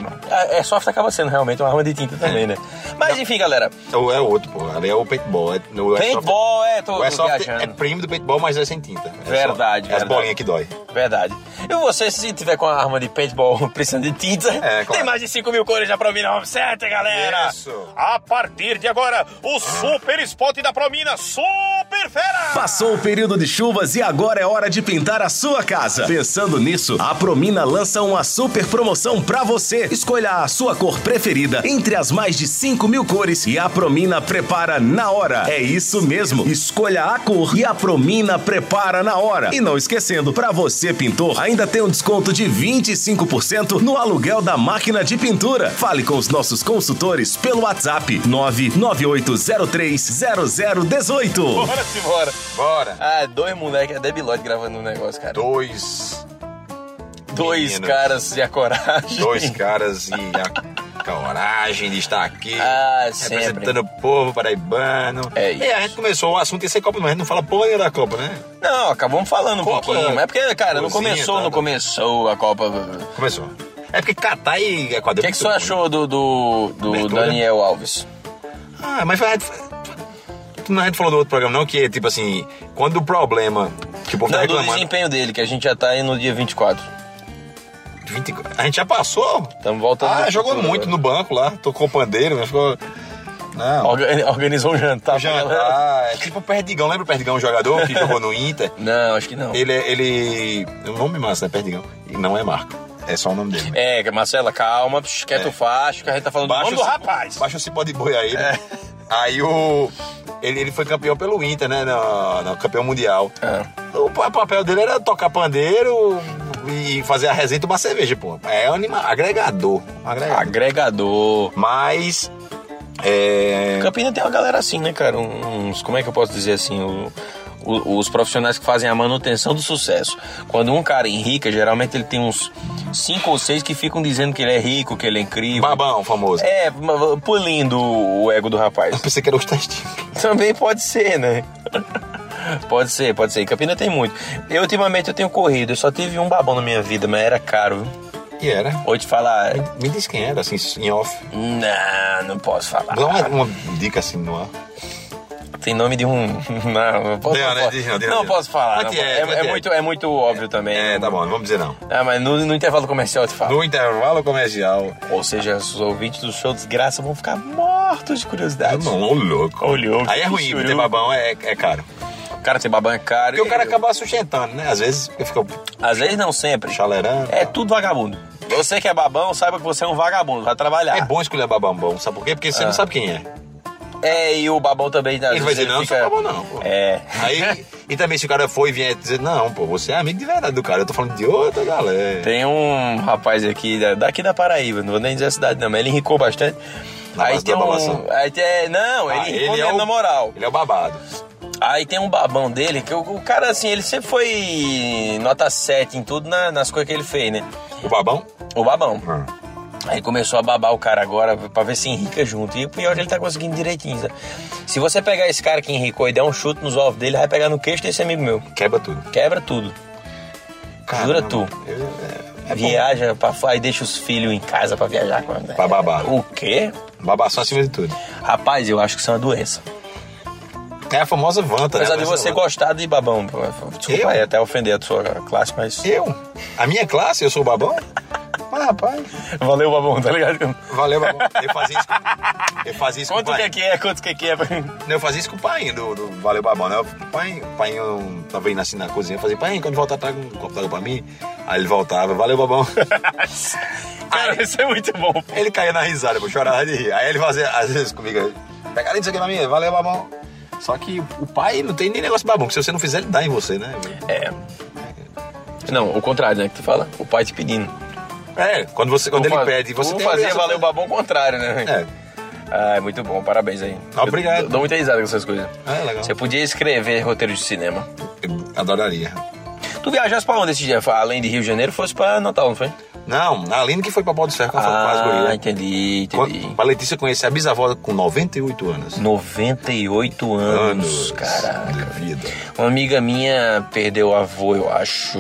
[SPEAKER 3] é, soft acaba sendo realmente uma arma de tinta também, né? Mas enfim, galera.
[SPEAKER 4] Ou é outro, pô. Ali é o paintball. É, no Airsoft-
[SPEAKER 3] Paintball, é, tô,
[SPEAKER 4] O
[SPEAKER 3] tô
[SPEAKER 4] Airsoft é
[SPEAKER 3] viajando.
[SPEAKER 4] primo do paintball, mas é sem tinta. É
[SPEAKER 3] Verdade,
[SPEAKER 4] só- É as
[SPEAKER 3] verdade.
[SPEAKER 4] bolinhas que dói.
[SPEAKER 3] Verdade. E você, se tiver com a arma de paintball precisando de tinta,
[SPEAKER 4] É, claro.
[SPEAKER 3] tem mais de 5 mil cores da Promina Home Center, galera!
[SPEAKER 4] Isso.
[SPEAKER 3] A partir de agora, o super spot da Promina Super Fera!
[SPEAKER 5] Passou o período de chuvas e agora é hora de pintar a sua casa. Pensando nisso, a Promina lança uma super promoção pra você. Escolha a sua cor preferida entre as mais de 5 mil cores e a Promina prepara na hora. É isso mesmo. Escolha a cor e a Promina prepara na hora. E não esquecendo, pra você pintor, ainda tem um desconto de 25% no aluguel da máquina de pintura. Fale com os nossos consultores pelo WhatsApp 998030018.
[SPEAKER 3] Bora, simbora!
[SPEAKER 4] Bora.
[SPEAKER 3] Ah, dois moleques, é debilóide gravando um negócio, cara.
[SPEAKER 4] Dois.
[SPEAKER 3] dois
[SPEAKER 4] meninos.
[SPEAKER 3] caras e a coragem.
[SPEAKER 4] Dois caras e a coragem de estar aqui.
[SPEAKER 3] Ah, sempre.
[SPEAKER 4] representando o povo paraibano.
[SPEAKER 3] É
[SPEAKER 4] E a
[SPEAKER 3] isso.
[SPEAKER 4] gente começou o assunto ia ser Copa, mas a gente não fala porra nenhuma da Copa, né?
[SPEAKER 3] Não, acabamos falando um
[SPEAKER 4] Copa,
[SPEAKER 3] pouquinho. Mas é porque, cara, não
[SPEAKER 4] cozinha,
[SPEAKER 3] começou,
[SPEAKER 4] tá,
[SPEAKER 3] não
[SPEAKER 4] tá.
[SPEAKER 3] começou a Copa.
[SPEAKER 4] Começou. É porque Catar e
[SPEAKER 3] O
[SPEAKER 4] Equador. é
[SPEAKER 3] que, que o senhor achou do, do, do
[SPEAKER 4] Abertura.
[SPEAKER 3] Daniel Alves?
[SPEAKER 4] Ah, mas a gente, a gente falou do outro programa, não? Que é tipo assim, quando o problema. Que o povo tá
[SPEAKER 3] Não, do
[SPEAKER 4] reclamando.
[SPEAKER 3] desempenho dele, que a gente já tá aí no dia 24.
[SPEAKER 4] 20 A gente já passou?
[SPEAKER 3] Estamos voltando.
[SPEAKER 4] Ah,
[SPEAKER 3] no
[SPEAKER 4] jogou
[SPEAKER 3] futuro né?
[SPEAKER 4] muito
[SPEAKER 3] agora.
[SPEAKER 4] no banco lá, tocou pandeiro, né? Ficou. Não.
[SPEAKER 3] Orga- Organizou um jantar. né? pra galera.
[SPEAKER 4] Jantar, é tipo o Perdigão, lembra o Perdigão, um jogador que jogou no Inter?
[SPEAKER 3] Não, acho que não.
[SPEAKER 4] Ele é. Ele... O nome massa, né? Perdigão. E não é Marco. É só o nome dele.
[SPEAKER 3] É, Marcela, calma, psh, quieto
[SPEAKER 4] É.
[SPEAKER 3] o facho, que a gente tá falando do nome do
[SPEAKER 4] cipó-
[SPEAKER 3] rapaz.
[SPEAKER 4] Baixa o cipó de boi aí, né? Aí o. Ele, ele foi campeão pelo Inter, né? No, no campeão mundial.
[SPEAKER 3] Ah,
[SPEAKER 4] O pa- papel dele era tocar pandeiro e fazer a resenha e tomar cerveja, pô. É anima, agregador. Agregador.
[SPEAKER 3] Agregador.
[SPEAKER 4] Mas. É.
[SPEAKER 3] Campina tem uma galera assim, né, cara? Uns, como é que eu posso dizer assim? o- o- os profissionais que fazem a manutenção do sucesso. Quando um cara enrica, geralmente ele tem uns cinco ou seis que ficam dizendo que ele é rico, que ele é incrível.
[SPEAKER 4] Babão famoso.
[SPEAKER 3] É, ma- pulindo o ego do rapaz.
[SPEAKER 4] Pensei que era os testículos.
[SPEAKER 3] Também pode ser, né? Pode ser, pode ser. Campina tem muito. Eu, ultimamente, eu tenho corrido. Eu só tive um babão na minha vida, mas era caro. viu?
[SPEAKER 4] E era.
[SPEAKER 3] Vou te falar...
[SPEAKER 4] Me diz quem era, assim, em off.
[SPEAKER 3] Não, não posso falar.
[SPEAKER 4] Dá uma, uma dica assim no ar.
[SPEAKER 3] Tem nome de um. Não, não posso,
[SPEAKER 4] Não,
[SPEAKER 3] não,
[SPEAKER 4] né?
[SPEAKER 3] posso.
[SPEAKER 4] Diz não, diz não,
[SPEAKER 3] Não
[SPEAKER 4] diz
[SPEAKER 3] posso
[SPEAKER 4] não.
[SPEAKER 3] falar.
[SPEAKER 4] Mas
[SPEAKER 3] não.
[SPEAKER 4] é,
[SPEAKER 3] É,
[SPEAKER 4] mas
[SPEAKER 3] é
[SPEAKER 4] é.
[SPEAKER 3] muito, é muito óbvio também.
[SPEAKER 4] É, tá bom, não vamos dizer não.
[SPEAKER 3] Ah, mas no, no intervalo comercial eu te falo.
[SPEAKER 4] No intervalo comercial.
[SPEAKER 3] Ou seja, os ouvintes do show Desgraça vão ficar mortos de curiosidade.
[SPEAKER 4] Não, Tá ô louco.
[SPEAKER 3] Ô, louco,
[SPEAKER 4] Aí é
[SPEAKER 3] que
[SPEAKER 4] ruim,
[SPEAKER 3] churu.
[SPEAKER 4] ter babão é, é caro.
[SPEAKER 3] O cara tem babão é caro.
[SPEAKER 4] Porque o cara
[SPEAKER 3] Eu-
[SPEAKER 4] acaba sustentando, né? Às vezes eu fico
[SPEAKER 3] Às vezes não sempre.
[SPEAKER 4] chalerando.
[SPEAKER 3] É tudo vagabundo. Você que é babão, saiba que você é um vagabundo, vai trabalhar.
[SPEAKER 4] É bom escolher babão bom, sabe por quê? Porque você
[SPEAKER 3] Ah.
[SPEAKER 4] não sabe quem é.
[SPEAKER 3] É, e o babão também. às
[SPEAKER 4] Ele vai
[SPEAKER 3] vezes,
[SPEAKER 4] dizer, não,
[SPEAKER 3] fica...
[SPEAKER 4] não sou babão não, pô.
[SPEAKER 3] É.
[SPEAKER 4] Aí, e também se o cara for e vier dizer, não, pô, você é amigo de verdade do cara, eu tô falando de outra galera.
[SPEAKER 3] Tem um rapaz aqui, da- daqui da Paraíba, não vou nem dizer a cidade não, mas ele enricou bastante.
[SPEAKER 4] Na
[SPEAKER 3] aí
[SPEAKER 4] base
[SPEAKER 3] tem
[SPEAKER 4] da babação.
[SPEAKER 3] um. Aí tem, não,
[SPEAKER 4] Ah,
[SPEAKER 3] ele enricou mesmo na moral.
[SPEAKER 4] Ele é o babado.
[SPEAKER 3] Aí tem um babão dele, que o, o cara, assim, ele sempre foi nota 7 em tudo na- nas coisas que ele fez, né?
[SPEAKER 4] O babão? ah,
[SPEAKER 3] O babão. Aí começou a babar o cara agora pra ver se enrica junto. E o pior é que ele tá conseguindo direitinho, sabe? Se você pegar esse cara que enricou e der um chute nos ovos dele, vai pegar no queixo desse amigo meu.
[SPEAKER 4] Quebra tudo.
[SPEAKER 3] Quebra tudo. Jura tu.
[SPEAKER 4] é,
[SPEAKER 3] Viaja pra fora e deixa os filhos em casa pra viajar com
[SPEAKER 4] Pra babar.
[SPEAKER 3] O quê?
[SPEAKER 4] Babação acima de tudo.
[SPEAKER 3] Rapaz, eu acho que isso é uma doença.
[SPEAKER 4] É a famosa vanta, né?
[SPEAKER 3] Apesar de
[SPEAKER 4] Mas
[SPEAKER 3] você
[SPEAKER 4] não-
[SPEAKER 3] gostar de babão. Desculpa
[SPEAKER 4] Eu?
[SPEAKER 3] aí, até ofender a sua classe, mas.
[SPEAKER 4] Eu? A minha classe? Eu sou o babão? Mas, rapaz,
[SPEAKER 3] Valeu, babão, tá ligado?
[SPEAKER 4] valeu, babão. Eu fazia isso com, eu fazia isso
[SPEAKER 3] Quanto
[SPEAKER 4] com o
[SPEAKER 3] que
[SPEAKER 4] pai.
[SPEAKER 3] é que é? Quanto que é que é?
[SPEAKER 4] Eu fazia isso com o pai do, do Valeu Babão, né? O pai, o pai eu tava indo assim na cozinha, eu fazia, pai, quando voltar, traga um copo d'água pra mim. Aí ele voltava, valeu Babão.
[SPEAKER 3] Cara, isso é muito bom. pô.
[SPEAKER 4] Ele caía na risada, eu chorava de rir. Aí ele fazia, às vezes, comigo, pega ali isso aqui pra mim, valeu Babão. Só que o pai não tem nem negócio de babão, porque se você não fizer, ele dá em você, né?
[SPEAKER 3] É. Não, o contrário, né? Que tu fala? O pai te pedindo.
[SPEAKER 4] É, quando, você, quando ele pede, você
[SPEAKER 3] tu
[SPEAKER 4] tem
[SPEAKER 3] fazia
[SPEAKER 4] essa-
[SPEAKER 3] valer o babão contrário, né?
[SPEAKER 4] É,
[SPEAKER 3] Ah, é muito bom, parabéns aí.
[SPEAKER 4] Obrigado.
[SPEAKER 3] Eu dou muita risada com essas coisas.
[SPEAKER 4] é legal.
[SPEAKER 3] Você podia escrever roteiro de cinema.
[SPEAKER 4] Eu adoraria.
[SPEAKER 3] Tu viajasse pra onde esse dia? Além de Rio de Janeiro, fosse pra Natal, não foi?
[SPEAKER 4] Não, a Aline que foi pra Baldo Ferro com a ah,
[SPEAKER 3] ah,
[SPEAKER 4] Gurias.
[SPEAKER 3] entendi, entendi.
[SPEAKER 4] Quando- A Letícia conhece a bisavó com 98 anos.
[SPEAKER 3] 98 anos, caraca.
[SPEAKER 4] de vida.
[SPEAKER 3] Uma amiga minha perdeu o avô, eu acho.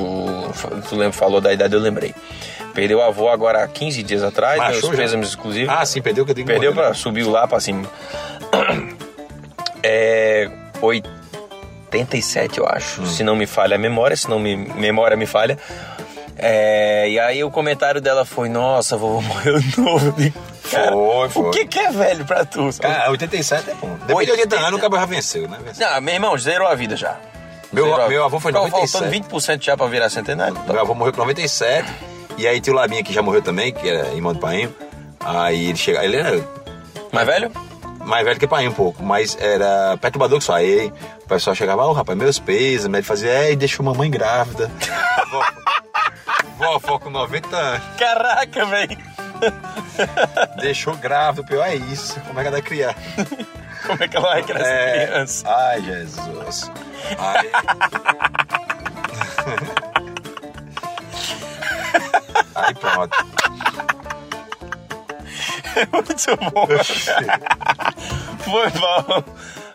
[SPEAKER 3] Tu lembra, falou da idade, eu lembrei. Perdeu o avô agora há 15 dias atrás,
[SPEAKER 4] Mas
[SPEAKER 3] deu
[SPEAKER 4] achou
[SPEAKER 3] os
[SPEAKER 4] já?
[SPEAKER 3] pêsames exclusivos.
[SPEAKER 4] Ah, sim, perdeu que eu tenho que
[SPEAKER 3] Perdeu
[SPEAKER 4] morrer,
[SPEAKER 3] pra.
[SPEAKER 4] né?
[SPEAKER 3] subiu lá pra cima. É. 87, eu acho. Se não me falha a memória, se não me memória me falha. É, e aí o comentário dela foi: Nossa, vovô morreu de novo. Cara,
[SPEAKER 4] Foi, foi.
[SPEAKER 3] O que, que é velho pra tu? sabe?
[SPEAKER 4] Cara, 87 é bom. Depois de 80 anos, o cabra já venceu, né? Venceu.
[SPEAKER 3] Não, meu irmão, zerou a vida já.
[SPEAKER 4] Meu-
[SPEAKER 3] Zerou a-
[SPEAKER 4] meu avô foi em
[SPEAKER 3] Ficou
[SPEAKER 4] 97.
[SPEAKER 3] Faltando 20% já pra virar centenário. Tá
[SPEAKER 4] Meu avô morreu com 97. E aí tinha o Labinha que já morreu também, que era irmão do Painho. Aí ele chega. Ele era
[SPEAKER 3] Mas velho?
[SPEAKER 4] mais velho que Painho um pouco, mas era perturbador que só aí. O pessoal chegava, ô rapaz, meus pesos, ele fazia, é, e deixou mamãe grávida. Vó- Vovó com 90 anos.
[SPEAKER 3] Caraca, velho.
[SPEAKER 4] Deixou grávida, o pior é isso. Como é que ela vai criar?
[SPEAKER 3] Como é que ela vai crescer
[SPEAKER 4] É.
[SPEAKER 3] criança?
[SPEAKER 4] Ai, Jesus. Ai. Aí pronto.
[SPEAKER 3] Muito bom. Foi bom.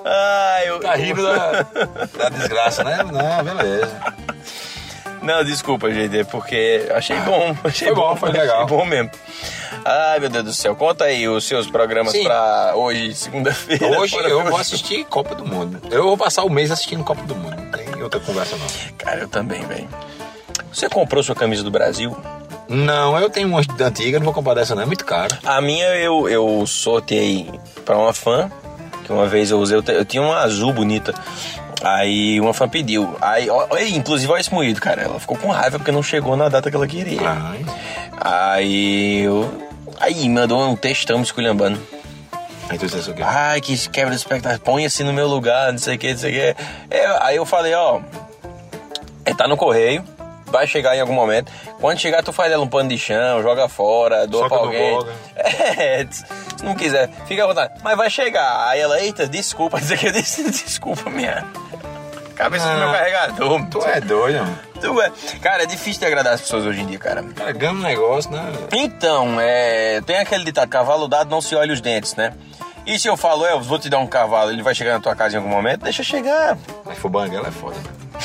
[SPEAKER 3] Ai, eu.
[SPEAKER 4] Tá rindo da, da desgraça, né? Não, beleza.
[SPEAKER 3] Não, desculpa, gente, é porque achei bom. Achei
[SPEAKER 4] Foi bom, foi
[SPEAKER 3] achei
[SPEAKER 4] legal.
[SPEAKER 3] bom mesmo. Ai, meu Deus do céu. Conta aí os seus programas
[SPEAKER 4] Sim.
[SPEAKER 3] pra hoje, segunda-feira.
[SPEAKER 4] Hoje
[SPEAKER 3] Fora
[SPEAKER 4] eu
[SPEAKER 3] hoje.
[SPEAKER 4] vou assistir Copa do Mundo. Eu vou passar o mês assistindo Copa do Mundo. Não tem outra conversa, não.
[SPEAKER 3] Cara, eu também, velho. Você comprou sua camisa do Brasil?
[SPEAKER 4] Não, eu tenho uma da antiga, não vou comprar dessa, não. É muito caro.
[SPEAKER 3] A minha eu, eu sorteei pra uma fã, que uma vez eu usei, eu, te- eu tinha uma azul bonita. Aí uma fã pediu. Aí, ó, ó, inclusive, olha esse moído, cara. Ela ficou com raiva porque não chegou na data que ela queria.
[SPEAKER 4] Ai.
[SPEAKER 3] Aí eu. Aí mandou um textão me esculhambando.
[SPEAKER 4] Aí tu disse o quê?
[SPEAKER 3] Ai, que quebra de expectativa. Põe-se no meu lugar, não sei o que, não sei o que. aí eu falei, ó. É, tá no correio. Vai chegar em algum momento. Quando chegar, tu faz dela um pano de chão, joga fora, doa
[SPEAKER 4] Soca
[SPEAKER 3] pra
[SPEAKER 4] no
[SPEAKER 3] alguém.
[SPEAKER 4] bolo, né?
[SPEAKER 3] É, se não quiser, fica à vontade. Mas vai chegar. Aí ela, eita, desculpa, dizer que eu disse, desculpa, minha. Cabeça do meu
[SPEAKER 4] Ah,
[SPEAKER 3] carregador.
[SPEAKER 4] Tu é doido, mano.
[SPEAKER 3] Tu é. Cara, é difícil de agradar as pessoas hoje em dia, cara.
[SPEAKER 4] Cagando o negócio, né?
[SPEAKER 3] Então, é, tem aquele ditado, cavalo dado não se olha os dentes, né? E se eu falo, eu vou te dar um cavalo, ele vai chegar na tua casa em algum momento? Deixa chegar.
[SPEAKER 4] Mas fubanga, ela é foda, né?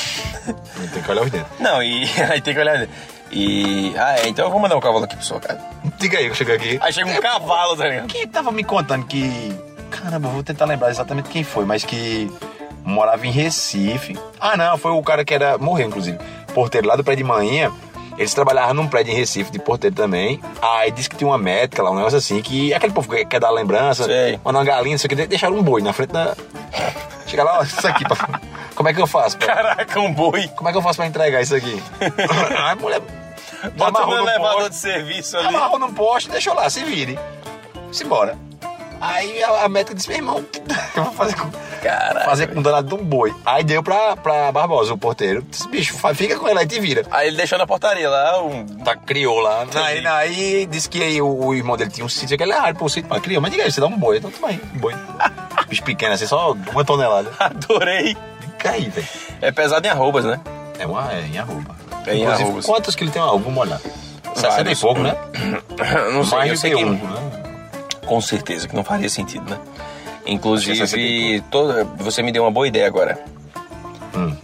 [SPEAKER 4] Não tem que olhar os dentes.
[SPEAKER 3] Não, e aí tem que olhar... E... Ah, é, então eu vou mandar um cavalo aqui pra sua casa.
[SPEAKER 4] Diga aí, eu cheguei aqui.
[SPEAKER 3] Aí chega um cavalo, tá ligado?
[SPEAKER 4] Quem tava me contando que. Caramba, eu vou tentar lembrar exatamente quem foi, mas que morava em Recife. Ah, não, foi o cara que era. Morreu, inclusive. Porteiro lá do prédio de manhã. Eles trabalhavam num prédio em Recife, de porteiro também. Aí disse que tinha uma médica lá, um negócio assim, que aquele povo que quer dar lembrança,
[SPEAKER 3] Sei.
[SPEAKER 4] mandar uma galinha, não sei o que, deixaram um boi na frente da. Chega lá, ó, isso aqui. pra- Como é que eu faço? pra-
[SPEAKER 3] Caraca, um boi.
[SPEAKER 4] Como é que eu faço pra entregar isso aqui? Aí a mulher.
[SPEAKER 3] Bota
[SPEAKER 4] amarrou
[SPEAKER 3] no
[SPEAKER 4] no
[SPEAKER 3] elevador
[SPEAKER 4] poste.
[SPEAKER 3] de serviço ali.
[SPEAKER 4] Amarrou Tá num poste, deixou lá, se vire. Simbora. Aí a, a médica disse, meu irmão, eu vou fazer com,
[SPEAKER 3] Caraca,
[SPEAKER 4] fazer com o danado de um boi. Aí deu pra, pra Barbosa, o porteiro. Disse, bicho, fa- fica com ela aí te vira.
[SPEAKER 3] Aí ele deixou na portaria lá um...
[SPEAKER 4] Tá, criou lá. Aí,
[SPEAKER 3] né,
[SPEAKER 4] aí disse que aí o, o irmão dele tinha um sítio, que ele é raro pra um sítio, mas criou. Mas diga aí, você dá um boi, então tudo bem, boi. bicho pequeno, assim, só uma tonelada.
[SPEAKER 3] Adorei.
[SPEAKER 4] Fica aí, velho.
[SPEAKER 3] É pesado em arrobas, né?
[SPEAKER 4] É uma é em arroba.
[SPEAKER 3] É em
[SPEAKER 4] Inclusive,
[SPEAKER 3] arroba.
[SPEAKER 4] quantos que ele tem um uma arroba? Vamos olhar. 60 e
[SPEAKER 3] Vários.
[SPEAKER 4] pouco, né?
[SPEAKER 3] Não sei,
[SPEAKER 4] Mais
[SPEAKER 3] eu
[SPEAKER 4] do
[SPEAKER 3] sei
[SPEAKER 4] que
[SPEAKER 3] que
[SPEAKER 4] um, né?
[SPEAKER 3] com certeza que não faria sentido, né?
[SPEAKER 4] Acho que
[SPEAKER 3] é
[SPEAKER 4] essa aqui
[SPEAKER 3] Inclusive, toda- você me deu uma boa ideia agora.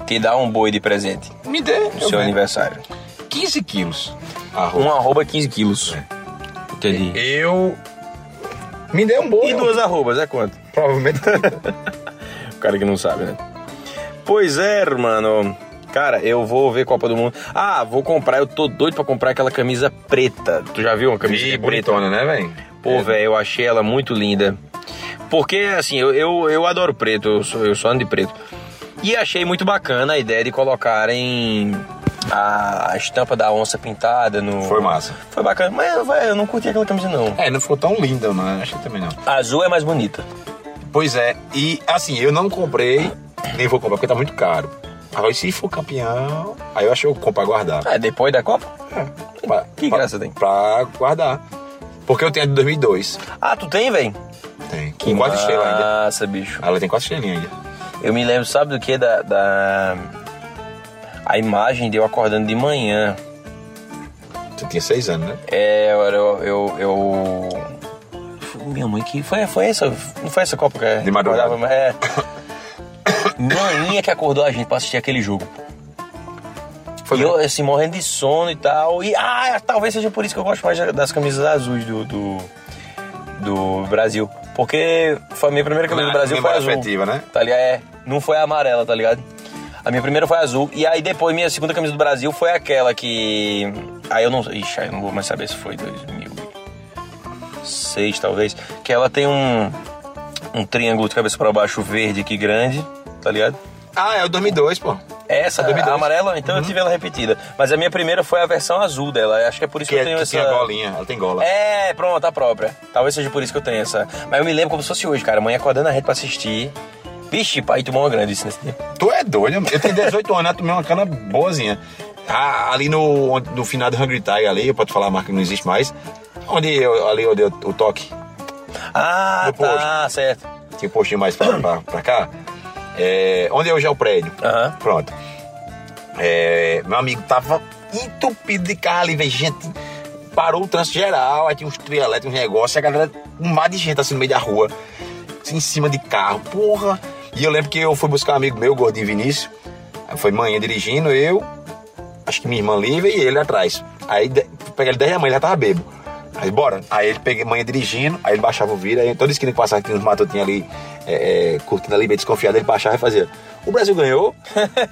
[SPEAKER 3] Te dá um boi de presente
[SPEAKER 4] Me dê.
[SPEAKER 3] no
[SPEAKER 4] eu
[SPEAKER 3] seu
[SPEAKER 4] vejo.
[SPEAKER 3] aniversário.
[SPEAKER 4] 15 quilos.
[SPEAKER 3] Um
[SPEAKER 4] Arroba.
[SPEAKER 3] arroba 15 quilos. É. Entendi.
[SPEAKER 4] Eu. Me dê um boi.
[SPEAKER 3] E duas arrobas, é quanto?
[SPEAKER 4] Provavelmente.
[SPEAKER 3] O cara que não sabe, né? Pois é, mano. Cara, eu vou ver Copa do Mundo. Ah, vou comprar. Eu tô doido pra comprar aquela camisa preta. Tu já viu uma camisa que é
[SPEAKER 4] E
[SPEAKER 3] preta?
[SPEAKER 4] bonitona, né, velho?
[SPEAKER 3] Pô, velho, eu achei ela muito linda. Porque, assim, eu, eu, eu adoro preto, eu sou, eu sou ano de preto. E achei muito bacana a ideia de colocarem a, a estampa da onça pintada no.
[SPEAKER 4] Foi massa.
[SPEAKER 3] Foi bacana, mas véi, eu não curti aquela camisa, não.
[SPEAKER 4] É, não ficou tão linda, né? Achei também não.
[SPEAKER 3] A azul é mais bonita.
[SPEAKER 4] Pois é, e assim, eu não comprei, nem vou comprar porque tá muito caro. Agora, se for campeão, aí eu acho que eu compro pra guardar.
[SPEAKER 3] É, depois da Copa?
[SPEAKER 4] É, pra-
[SPEAKER 3] Que
[SPEAKER 4] pra-
[SPEAKER 3] graça tem?
[SPEAKER 4] Pra guardar. Porque eu tenho a de 2002.
[SPEAKER 3] Ah, tu tem, velho?
[SPEAKER 4] Tem. Com quatro estrelas ainda.
[SPEAKER 3] Nossa, bicho.
[SPEAKER 4] Ela tem quatro estrelinhas ainda.
[SPEAKER 3] Eu me lembro, sabe do que? Da, da. A imagem de eu acordando de manhã.
[SPEAKER 4] Tu tinha seis anos, né?
[SPEAKER 3] É, eu. eu, eu, eu... Minha mãe que. Foi, foi essa? Não foi essa Copa que é?
[SPEAKER 4] De madrugada.
[SPEAKER 3] Acordava, mas É. Maninha que acordou a gente pra assistir aquele jogo.
[SPEAKER 4] Foi
[SPEAKER 3] e eu, assim, morrendo de sono e tal. E, ah, talvez seja por isso que eu gosto mais das camisas azuis do. do, do Brasil. Porque foi a minha primeira camisa
[SPEAKER 4] Na-
[SPEAKER 3] do Brasil foi
[SPEAKER 4] é memória
[SPEAKER 3] azul.
[SPEAKER 4] afetiva, né?
[SPEAKER 3] Tá ligado? É, não foi a amarela, tá ligado? A minha primeira foi azul. E aí depois, minha segunda camisa do Brasil foi aquela que. Aí eu não. Ixi, aí eu não vou mais saber se foi 2006, talvez. Que ela tem um. Um triângulo de cabeça pra baixo verde aqui grande, tá ligado?
[SPEAKER 4] Ah, é o 2002, pô.
[SPEAKER 3] Essa,
[SPEAKER 4] A 2002.
[SPEAKER 3] a amarela, então
[SPEAKER 4] uhum.
[SPEAKER 3] eu tive ela repetida. Mas a minha primeira foi a versão azul dela. eu Acho que é por isso
[SPEAKER 4] Que,
[SPEAKER 3] que, eu
[SPEAKER 4] é,
[SPEAKER 3] tenho
[SPEAKER 4] que
[SPEAKER 3] essa.
[SPEAKER 4] tem a golinha, ela tem gola.
[SPEAKER 3] É, pronto, a própria. Talvez seja por isso que eu tenho essa. Mas eu me lembro como se fosse hoje, cara. Amanhã acordando a rede pra assistir. Vixe, pai, tomou uma grande isso nesse dia.
[SPEAKER 4] Tu é doido, mano. Eu tenho 18 anos, né? Tomei uma cana boazinha. Ah, ali no, onde- no final do Hungry Tiger, ali, eu posso falar a marca que não existe mais. Onde eu, ali eu dei o, o toque.
[SPEAKER 3] Ah,
[SPEAKER 4] No
[SPEAKER 3] tá, certo.
[SPEAKER 4] Tinha um postinho mais pra, pra, pra cá. É, onde é hoje é o prédio.
[SPEAKER 3] Aham.
[SPEAKER 4] Pronto. É, meu amigo tava entupido de carro ali, velho. Gente, parou o trânsito geral, aí tinha uns trielétricos, uns negócios, e a galera, um mar de gente assim no meio da rua, assim, em cima de carro, porra. E eu lembro que eu fui buscar um amigo meu, o Gordinho Vinícius, aí foi manhã dirigindo, eu, acho que minha irmã Lívia e ele atrás. Aí de- pegar ele 10 da manhã, ele já tava bêbado. Aí bora. Aí ele peguei manhã dirigindo, aí ele baixava o vidro, aí toda esquina que passava aqui nos matotinhos ali, é, é, curtindo ali, meio desconfiado, ele baixava e fazia. O Brasil ganhou?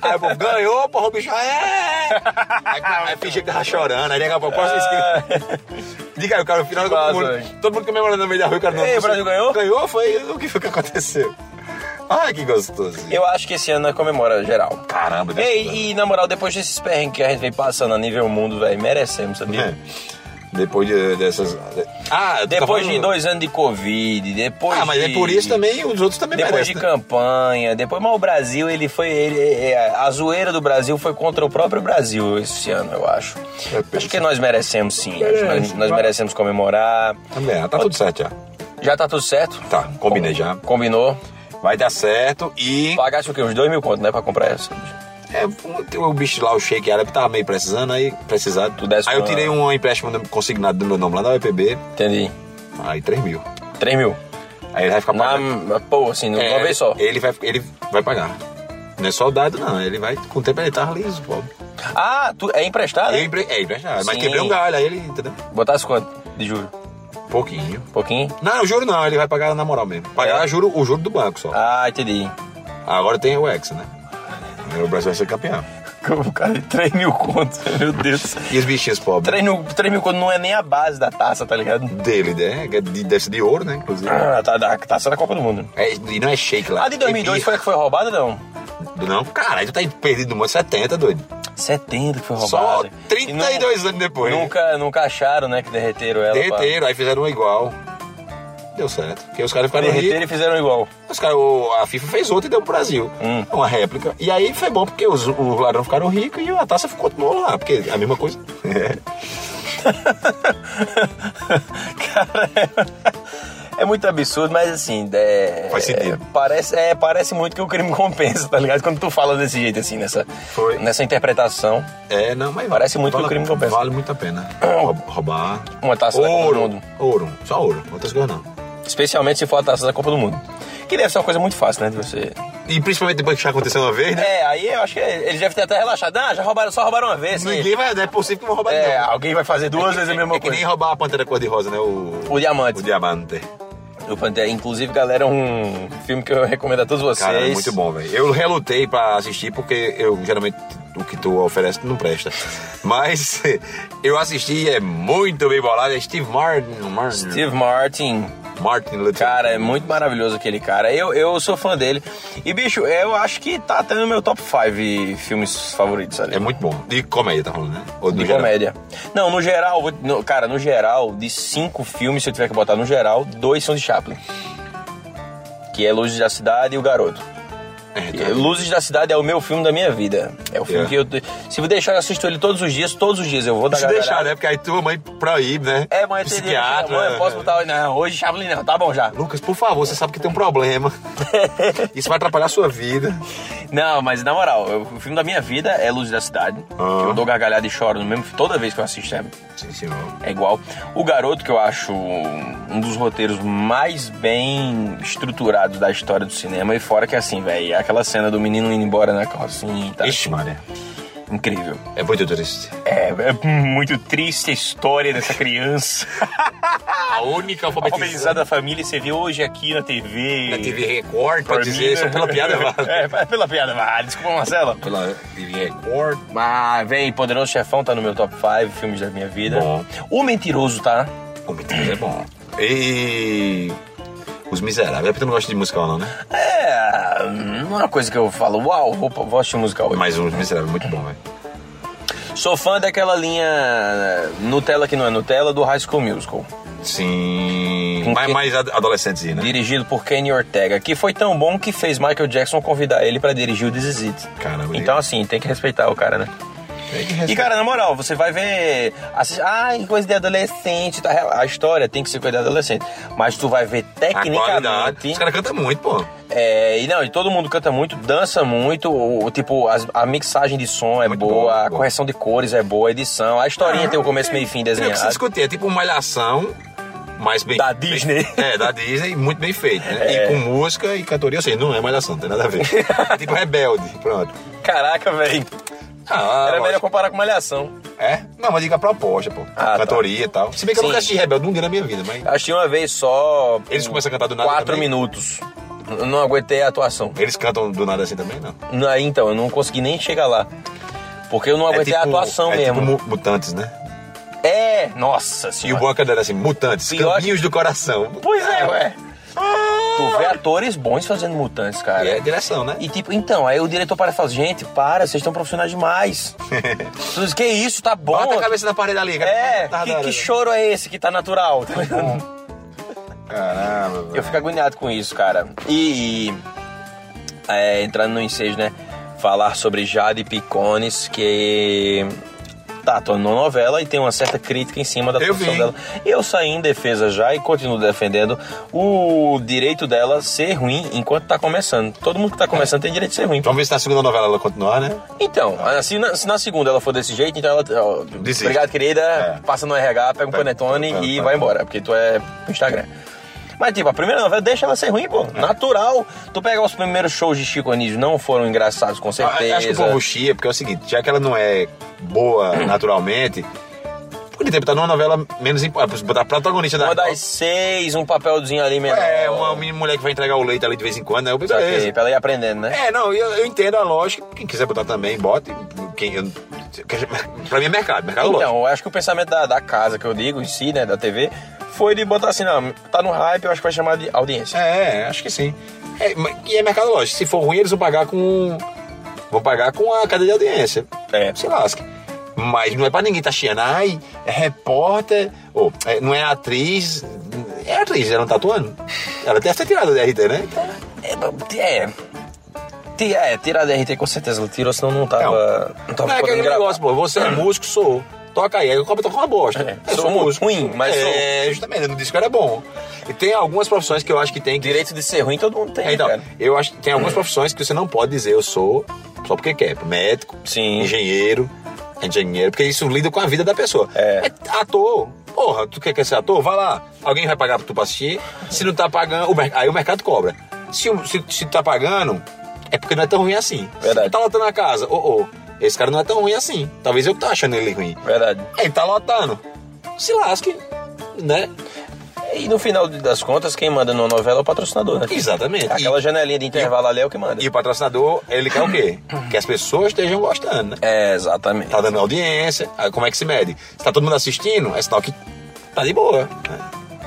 [SPEAKER 4] Aí eu povo, ganhou, porra, o bicho. É! Aí, aí fingia que tava chorando, aí daqui a pouco,
[SPEAKER 3] Ah,
[SPEAKER 4] próxima esquina. Diga aí, o cara, o final do
[SPEAKER 3] Passa,
[SPEAKER 4] mundo.
[SPEAKER 3] velho.
[SPEAKER 4] Todo mundo comemorando no meio da rua, o cara não.
[SPEAKER 3] Ei, o Brasil ganhou?
[SPEAKER 4] Ganhou, foi o que foi que aconteceu. Ai, que gostoso.
[SPEAKER 3] Eu acho que esse ano é comemora geral.
[SPEAKER 4] Caramba,
[SPEAKER 3] Ei,
[SPEAKER 4] Deus.
[SPEAKER 3] e na moral, depois desses perrengues que a gente vem passando a nível mundo, velho, merecemos, sabia?
[SPEAKER 4] É. Depois de- dessas. Ah, eu tô
[SPEAKER 3] Depois de
[SPEAKER 4] falando-
[SPEAKER 3] dois anos de Covid, depois
[SPEAKER 4] Ah, mas
[SPEAKER 3] de...
[SPEAKER 4] é por isso também, os outros também
[SPEAKER 3] Depois
[SPEAKER 4] merecem.
[SPEAKER 3] de
[SPEAKER 4] né?
[SPEAKER 3] campanha, depois, mas o Brasil, ele foi. ele- é, a zoeira do Brasil foi contra o próprio Brasil esse ano, eu acho.
[SPEAKER 4] Eu
[SPEAKER 3] acho
[SPEAKER 4] penso.
[SPEAKER 3] que nós merecemos sim, acho que nós,
[SPEAKER 4] Merece,
[SPEAKER 3] nós
[SPEAKER 4] É, vai.
[SPEAKER 3] merecemos comemorar.
[SPEAKER 4] Também, ah, tá tudo certo já.
[SPEAKER 3] Já tá tudo certo?
[SPEAKER 4] Tá, combinei já.
[SPEAKER 3] Combinou.
[SPEAKER 4] Vai dar certo e.
[SPEAKER 3] Pagaste o quê? Uns dois mil conto, né? Pra comprar essa.
[SPEAKER 4] É, tem o bicho lá, o shake árabe, tava meio precisando, aí precisado.
[SPEAKER 3] Tu né? desce
[SPEAKER 4] aí eu
[SPEAKER 3] uma-
[SPEAKER 4] tirei um empréstimo do- consignado do meu nome lá da UEPB,
[SPEAKER 3] Entendi.
[SPEAKER 4] aí 3 mil.
[SPEAKER 3] Três mil.
[SPEAKER 4] Aí ele vai ficar
[SPEAKER 3] Na,
[SPEAKER 4] pagando.
[SPEAKER 3] pô, assim, numa
[SPEAKER 4] É,
[SPEAKER 3] vez só.
[SPEAKER 4] Ele vai, ele vai pagar. Não é só o dado, não. Ele vai, com o tempo ele tava liso, pobre.
[SPEAKER 3] Ah, tu, é emprestado?
[SPEAKER 4] É,
[SPEAKER 3] hein?
[SPEAKER 4] empre- é emprestado, mas
[SPEAKER 3] Sim.
[SPEAKER 4] quebrei um galho, aí ele, entendeu?
[SPEAKER 3] Botasse quanto de juro?
[SPEAKER 4] Pouquinho.
[SPEAKER 3] Pouquinho?
[SPEAKER 4] Não, juro não, ele vai pagar na moral mesmo. Pagar
[SPEAKER 3] É.
[SPEAKER 4] juro, o juro do banco só.
[SPEAKER 3] Ah, entendi.
[SPEAKER 4] Agora tem o Hexa, né? Aí O Brasil vai ser campeão.
[SPEAKER 3] O cara, três mil conto, meu Deus.
[SPEAKER 4] E os bichinhos pobres?
[SPEAKER 3] 3 mil, três mil conto não é nem a base da taça, tá ligado?
[SPEAKER 4] Dele, né? Que é de- Deve ser de ouro, né? Inclusive.
[SPEAKER 3] Ah, tá, da taça da Copa do Mundo.
[SPEAKER 4] É, e não é shake lá.
[SPEAKER 3] A de 2002 foi a que foi roubada, não?
[SPEAKER 4] foi. Não, caralho, tu tá perdido no mundo 70, doido.
[SPEAKER 3] 70 que foi
[SPEAKER 4] Só
[SPEAKER 3] roubada. E
[SPEAKER 4] 32 anos
[SPEAKER 3] nu-
[SPEAKER 4] depois.
[SPEAKER 3] Nunca, nunca acharam, né, que derreteram ela.
[SPEAKER 4] Derreteram, aí fizeram uma igual. Deu certo. Porque os caras
[SPEAKER 3] Pra...
[SPEAKER 4] ficaram
[SPEAKER 3] Derreteram e
[SPEAKER 4] ricos.
[SPEAKER 3] fizeram igual.
[SPEAKER 4] Os caras, o- a FIFA fez outra e deu pro Brasil.
[SPEAKER 3] Hum.
[SPEAKER 4] Uma réplica. E aí foi bom porque os, os ladrões ficaram ricos e a taça continuou lá. Porque a mesma coisa.
[SPEAKER 3] Cara, é- é, É muito absurdo, mas assim, é,
[SPEAKER 4] Faz sentido.
[SPEAKER 3] é, parece, é, parece muito que o crime compensa, tá ligado? Quando tu fala desse jeito, assim, nessa,
[SPEAKER 4] Foi.
[SPEAKER 3] nessa interpretação.
[SPEAKER 4] É, não, mas
[SPEAKER 3] Parece muito que o crime compensa.
[SPEAKER 4] Vale muito a pena Roub- roubar.
[SPEAKER 3] Uma taça da Copa do
[SPEAKER 4] ouro,
[SPEAKER 3] Mundo.
[SPEAKER 4] ouro, só ouro, outras coisas não.
[SPEAKER 3] Especialmente se for a taça da Copa do Mundo. Que deve ser uma coisa muito fácil, né? De você.
[SPEAKER 4] E principalmente depois que já aconteceu uma vez, né?
[SPEAKER 3] É, aí eu acho que eles devem ter até relaxado. Ah, já roubaram, só roubaram uma vez. né?
[SPEAKER 4] Ninguém vai, não é possível que vão roubar de
[SPEAKER 3] É,
[SPEAKER 4] novo.
[SPEAKER 3] alguém vai fazer duas vezes a mesma
[SPEAKER 4] é que
[SPEAKER 3] coisa.
[SPEAKER 4] nem roubar a pantera cor-de-rosa, né? O,
[SPEAKER 3] O diamante.
[SPEAKER 4] O diamante.
[SPEAKER 3] O Pantera, inclusive, galera, é um filme que eu recomendo a todos vocês.
[SPEAKER 4] Cara, é muito bom, velho. Eu relutei pra assistir porque eu geralmente o que tu oferece não presta. Mas eu assisti, é muito bem bolado. É Steve Martin. Martin,
[SPEAKER 3] Steve Martin,
[SPEAKER 4] Martin Luther.
[SPEAKER 3] cara, é muito maravilhoso aquele cara. Eu, eu sou fã dele. E, bicho, eu acho que tá até no meu top 5 filmes favoritos ali.
[SPEAKER 4] É muito bom. De comédia, tá falando, né? Ou
[SPEAKER 3] de
[SPEAKER 4] no geral?
[SPEAKER 3] comédia. Não, no geral, vou- no- cara, no geral, de cinco filmes, se eu tiver que botar no geral, dois são de Chaplin. Que é Luzes da Cidade e O Garoto.
[SPEAKER 4] É,
[SPEAKER 3] E Luzes da Cidade é o meu filme da minha vida. É o filme
[SPEAKER 4] É.
[SPEAKER 3] que eu. Se eu deixar, eu assisto ele todos os dias, todos os dias. Eu vou dar
[SPEAKER 4] Se
[SPEAKER 3] gargalhada.
[SPEAKER 4] deixar, né? Porque aí tua mãe proíbe, né?
[SPEAKER 3] É, mãe, tem dia que
[SPEAKER 4] Psiquiatra.
[SPEAKER 3] chega, mãe, posso botar hoje? Não, hoje Chaplin não, tá bom já.
[SPEAKER 4] Lucas, por favor, você sabe que tem um problema. Isso vai atrapalhar a sua vida.
[SPEAKER 3] Não, mas na moral, eu- o filme da minha vida é Luz da Cidade.
[SPEAKER 4] Ah.
[SPEAKER 3] que eu dou gargalhada e choro no mesmo toda vez que eu assisto, é,
[SPEAKER 4] Sim, senhor.
[SPEAKER 3] é igual. O Garoto, que eu acho um dos roteiros mais bem estruturados da história do cinema. E fora que assim, velho, aquela cena do menino indo embora na carrocinha, tá?
[SPEAKER 4] Ixi, Maria.
[SPEAKER 3] Incrível.
[SPEAKER 4] É muito triste.
[SPEAKER 3] É, é muito triste a história dessa criança.
[SPEAKER 4] A única
[SPEAKER 3] Alfabetizada da família, você vê hoje aqui na TV.
[SPEAKER 4] da TV Record, pra
[SPEAKER 3] Pra mim,
[SPEAKER 4] dizer, só
[SPEAKER 3] né?
[SPEAKER 4] pela piada, vale.
[SPEAKER 3] É, é pela piada, vale. Desculpa, Marcelo.
[SPEAKER 4] Pela TV Record.
[SPEAKER 3] Mas, véi, Poderoso Chefão tá no meu top 5 filmes da minha vida.
[SPEAKER 4] Bom.
[SPEAKER 3] O Mentiroso tá.
[SPEAKER 4] O Mentiras é bom. E. Os Miseráveis. É porque tu não gosta de musical, não, né?
[SPEAKER 3] É. Não é uma coisa que eu falo, uau, vou, vou assistir um musical hoje.
[SPEAKER 4] Mas Os Miseráveis é muito bom, velho.
[SPEAKER 3] Sou fã daquela linha eh, Nutella que não é Nutella do High School Musical.
[SPEAKER 4] Sim.
[SPEAKER 3] Com
[SPEAKER 4] Mais,
[SPEAKER 3] que-
[SPEAKER 4] mais ad- adolescentezinho, né?
[SPEAKER 3] Dirigido por Kenny Ortega, que foi tão bom que fez Michael Jackson convidar ele pra dirigir o This Is It.
[SPEAKER 4] Caramba,
[SPEAKER 3] Então, assim, tem que respeitar o cara, né? E, cara, na moral, você vai ver. Assi... Ai, coisa de adolescente. Tá... A história tem que ser coisa de adolescente. Mas tu vai ver
[SPEAKER 4] a qualidade.
[SPEAKER 3] tecnicamente.
[SPEAKER 4] Os caras cantam muito, pô.
[SPEAKER 3] É, e não, e todo mundo canta muito, dança muito. O, o tipo, as- a mixagem de som é
[SPEAKER 4] Muito
[SPEAKER 3] boa,
[SPEAKER 4] boa,
[SPEAKER 3] a
[SPEAKER 4] boa.
[SPEAKER 3] correção de cores é boa, a edição. A historinha tem o começo, meio e fim
[SPEAKER 4] É o que se
[SPEAKER 3] desenhado.
[SPEAKER 4] discutir. É tipo uma malhação. Mais bem,
[SPEAKER 3] Da Disney. É.
[SPEAKER 4] bem- é, da Disney, muito bem feito, né? E com música e cantoria, assim, não é malhação, não tem nada a ver. É tipo rebelde, pronto.
[SPEAKER 3] Caraca, velho.
[SPEAKER 4] Ah,
[SPEAKER 3] Era
[SPEAKER 4] lógico.
[SPEAKER 3] melhor comparar com Malhação.
[SPEAKER 4] É? Não, mas diga a proposta, pô.
[SPEAKER 3] Ah, tá.
[SPEAKER 4] Cantoria e tal. Se bem que eu
[SPEAKER 3] Sim.
[SPEAKER 4] nunca assisti Rebelde um dia na minha vida, mas.
[SPEAKER 3] Achei uma vez só.
[SPEAKER 4] Eles começam a cantar do nada
[SPEAKER 3] Quatro
[SPEAKER 4] também?
[SPEAKER 3] minutos. N- Não aguentei a atuação.
[SPEAKER 4] Eles cantam do nada assim também, não.
[SPEAKER 3] Não, aí, então, eu não consegui nem chegar lá. Porque eu não aguentei a atuação
[SPEAKER 4] é
[SPEAKER 3] mesmo.
[SPEAKER 4] Tipo mu- mutantes, né?
[SPEAKER 3] É, nossa
[SPEAKER 4] E o
[SPEAKER 3] senhora.
[SPEAKER 4] bom é que era assim, mutantes,
[SPEAKER 3] Pior-
[SPEAKER 4] caminhos do coração.
[SPEAKER 3] Pois é, ué. Tu vê atores bons fazendo mutantes, cara.
[SPEAKER 4] E é direção, né?
[SPEAKER 3] E tipo, então, aí o diretor para e fala, gente, para, vocês estão profissionais demais. Tu diz, que isso, tá bom.
[SPEAKER 4] Bota a cabeça na parede ali, cara.
[SPEAKER 3] É,
[SPEAKER 4] Tá
[SPEAKER 3] que,
[SPEAKER 4] dando.
[SPEAKER 3] que choro é esse que tá natural?
[SPEAKER 4] Caramba,
[SPEAKER 3] Eu
[SPEAKER 4] velho.
[SPEAKER 3] fico agoniado com isso, cara. E, e, é, entrando no ensejo, né? Falar sobre Jade Picones, que tá atuando na novela e tem uma certa crítica em cima da
[SPEAKER 4] Eu
[SPEAKER 3] atuação
[SPEAKER 4] vi.
[SPEAKER 3] dela. Eu saí em defesa já e continuo defendendo o direito dela ser ruim enquanto tá começando. Todo mundo que tá começando tem direito de ser ruim.
[SPEAKER 4] Vamos ver se na segunda novela ela continuar, né?
[SPEAKER 3] Então, se na, se na segunda ela for desse jeito, então ela. ó,
[SPEAKER 4] Desiste.
[SPEAKER 3] Obrigado, querida.
[SPEAKER 4] É.
[SPEAKER 3] Passa no RH, pega um
[SPEAKER 4] Pega-
[SPEAKER 3] panetone
[SPEAKER 4] pega-
[SPEAKER 3] e
[SPEAKER 4] pega-
[SPEAKER 3] vai embora, porque tu é pro Instagram. Mas, tipo, a primeira novela deixa ela ser ruim, pô.
[SPEAKER 4] É.
[SPEAKER 3] Natural. Tu pega os primeiros shows de Chico Anísio, não foram engraçados, com certeza.
[SPEAKER 4] Ah, Acho que o povo chia, porque é o seguinte, já que ela não é boa naturalmente, poderia ter botado numa novela menos importante, botar a protagonista da
[SPEAKER 3] Uma das seis, um papelzinho ali menor.
[SPEAKER 4] É, uma menina mulher que vai entregar o leite ali de vez em quando, né? Eu
[SPEAKER 3] Só que
[SPEAKER 4] beleza.
[SPEAKER 3] pra ela ir aprendendo, né?
[SPEAKER 4] É, não, eu, eu entendo a lógica. Quem quiser botar também, bota. Quem, eu, pra mim é mercado, mercado
[SPEAKER 3] Então,
[SPEAKER 4] lógico.
[SPEAKER 3] eu acho que o pensamento da, da casa que eu digo, em si, né, da TV, foi de botar assim, não, tá no hype, eu acho que vai chamar de audiência.
[SPEAKER 4] É, acho que sim. É, ma- e é mercado lógico. Se for ruim, eles vão pagar com. Vão pagar com a cadeia de audiência.
[SPEAKER 3] É.
[SPEAKER 4] Se lasca. Mas não é pra ninguém tá chiando. Ai, é repórter. Ou é, não é atriz. É atriz, ela não tá atuando. Ela deve ter tirado o DRT, né? Então,
[SPEAKER 3] É, É. Ti- É, tirar a DRT com certeza, ela tirou, senão não tava. Não, tava
[SPEAKER 4] não
[SPEAKER 3] podendo
[SPEAKER 4] é aquele
[SPEAKER 3] gravar.
[SPEAKER 4] negócio, pô. Você é músico, sou. toca aí. Aí o cobra toca uma bosta.
[SPEAKER 3] É, sou mu- ruim, mas
[SPEAKER 4] É, justamente, no disco era bom. E tem algumas profissões que eu acho que tem que.
[SPEAKER 3] Direito de ser ruim todo mundo tem,
[SPEAKER 4] É, então,
[SPEAKER 3] cara.
[SPEAKER 4] eu acho que tem algumas profissões que você não pode dizer eu sou só porque quer. Médico,
[SPEAKER 3] Sim.
[SPEAKER 4] engenheiro, engenheiro, porque isso lida com a vida da pessoa.
[SPEAKER 3] É.
[SPEAKER 4] ator. Porra, tu quer, quer ser ator? Vai lá. Alguém vai pagar pra tu pra assistir. Se não tá pagando, o mer- aí o mercado cobra. Se, o- se, se tu tá pagando, é porque não é tão ruim assim.
[SPEAKER 3] Verdade.
[SPEAKER 4] Se tu tá lotando a casa, ô ô, esse cara não é tão ruim assim. Talvez eu que tá achando ele ruim.
[SPEAKER 3] Verdade.
[SPEAKER 4] Ele tá lotando. Se lasque, né?
[SPEAKER 3] E no final das contas, quem manda numa novela é o patrocinador, né?
[SPEAKER 4] Exatamente.
[SPEAKER 3] Aquela
[SPEAKER 4] E-
[SPEAKER 3] janelinha de intervalo ali é o que manda.
[SPEAKER 4] E o patrocinador, ele quer o quê? Que as pessoas estejam gostando, né?
[SPEAKER 3] É, exatamente.
[SPEAKER 4] Tá dando audiência, aí como é que se mede? Se tá todo mundo assistindo, é sinal que tá de boa. né?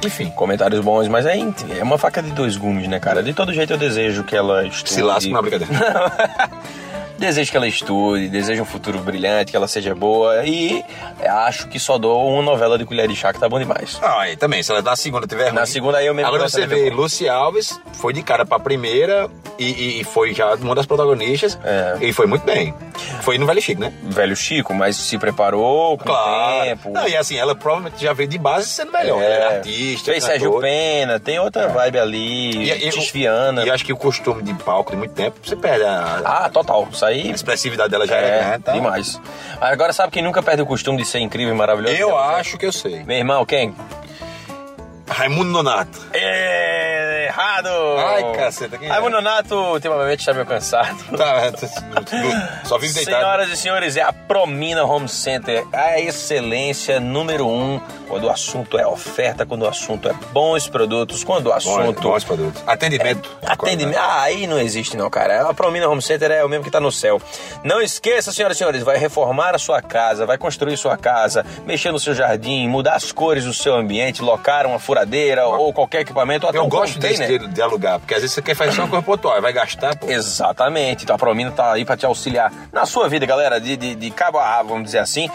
[SPEAKER 4] Enfim.
[SPEAKER 3] Comentários bons, mas é, int- é uma faca de dois gumes, né, cara? De todo jeito eu desejo que ela estude.
[SPEAKER 4] Se lasca, não é brincadeira.
[SPEAKER 3] Desejo que ela estude, desejo um futuro brilhante, que ela seja boa e acho que só dou uma novela de colher de chá que tá bom demais.
[SPEAKER 4] Ah, aí também, se ela na segunda tiver ruim.
[SPEAKER 3] Na segunda aí eu mesmo
[SPEAKER 4] Agora
[SPEAKER 3] começo a
[SPEAKER 4] você
[SPEAKER 3] ver
[SPEAKER 4] vê,
[SPEAKER 3] bom.
[SPEAKER 4] Lucy Alves foi de cara pra primeira e, e- e foi já uma das protagonistas.
[SPEAKER 3] É.
[SPEAKER 4] E foi muito bem. Foi no Velho Chico, né?
[SPEAKER 3] Velho Chico, mas se preparou com o tempo.
[SPEAKER 4] Não, e assim, ela provavelmente já veio de base sendo melhor. né? Ela é Artista,
[SPEAKER 3] Fez Sérgio
[SPEAKER 4] cantora.
[SPEAKER 3] Pena, tem outra vibe ali.
[SPEAKER 4] E- e-
[SPEAKER 3] Tisfiana.
[SPEAKER 4] E acho que o costume de palco de muito tempo, você perde a,
[SPEAKER 3] Ah, total. Isso aí.
[SPEAKER 4] a expressividade dela já era
[SPEAKER 3] É,
[SPEAKER 4] grande. Então,
[SPEAKER 3] demais. Agora, sabe quem nunca perde o costume de ser incrível e maravilhoso?
[SPEAKER 4] Eu acho que eu sei.
[SPEAKER 3] Meu irmão, quem?
[SPEAKER 4] Raimundo Nonato.
[SPEAKER 3] É, errado!
[SPEAKER 4] Ai, caceta, quem é?
[SPEAKER 3] Ai, Mononato, ultimamente está meio cansado.
[SPEAKER 4] Tá, tu- só vive deitado.
[SPEAKER 3] Senhoras e senhores, é a Promina Home Center, a excelência número um. Quando o assunto é oferta, quando o assunto é bons produtos, quando o
[SPEAKER 4] Bom, é
[SPEAKER 3] assunto.
[SPEAKER 4] bons produtos. Atendimento. é?
[SPEAKER 3] Atendimento. Ah, aí não existe não, cara. A Promina Home Center é o mesmo que tá no céu. Não esqueça, senhoras e senhores, vai reformar a sua casa, vai construir sua casa, mexer no seu jardim, mudar as cores do seu ambiente, locar uma furadeira ou qualquer equipamento. ou até
[SPEAKER 4] é? Eu
[SPEAKER 3] um
[SPEAKER 4] gosto desse
[SPEAKER 3] container.
[SPEAKER 4] de, de alugar, porque às vezes você quer fazer só uma coisa pontual, aí vai gastar, pô.
[SPEAKER 3] Exatamente. Então a Promina tá aí para te auxiliar na sua vida, galera, de, de, de cabo a rabo, vamos dizer assim.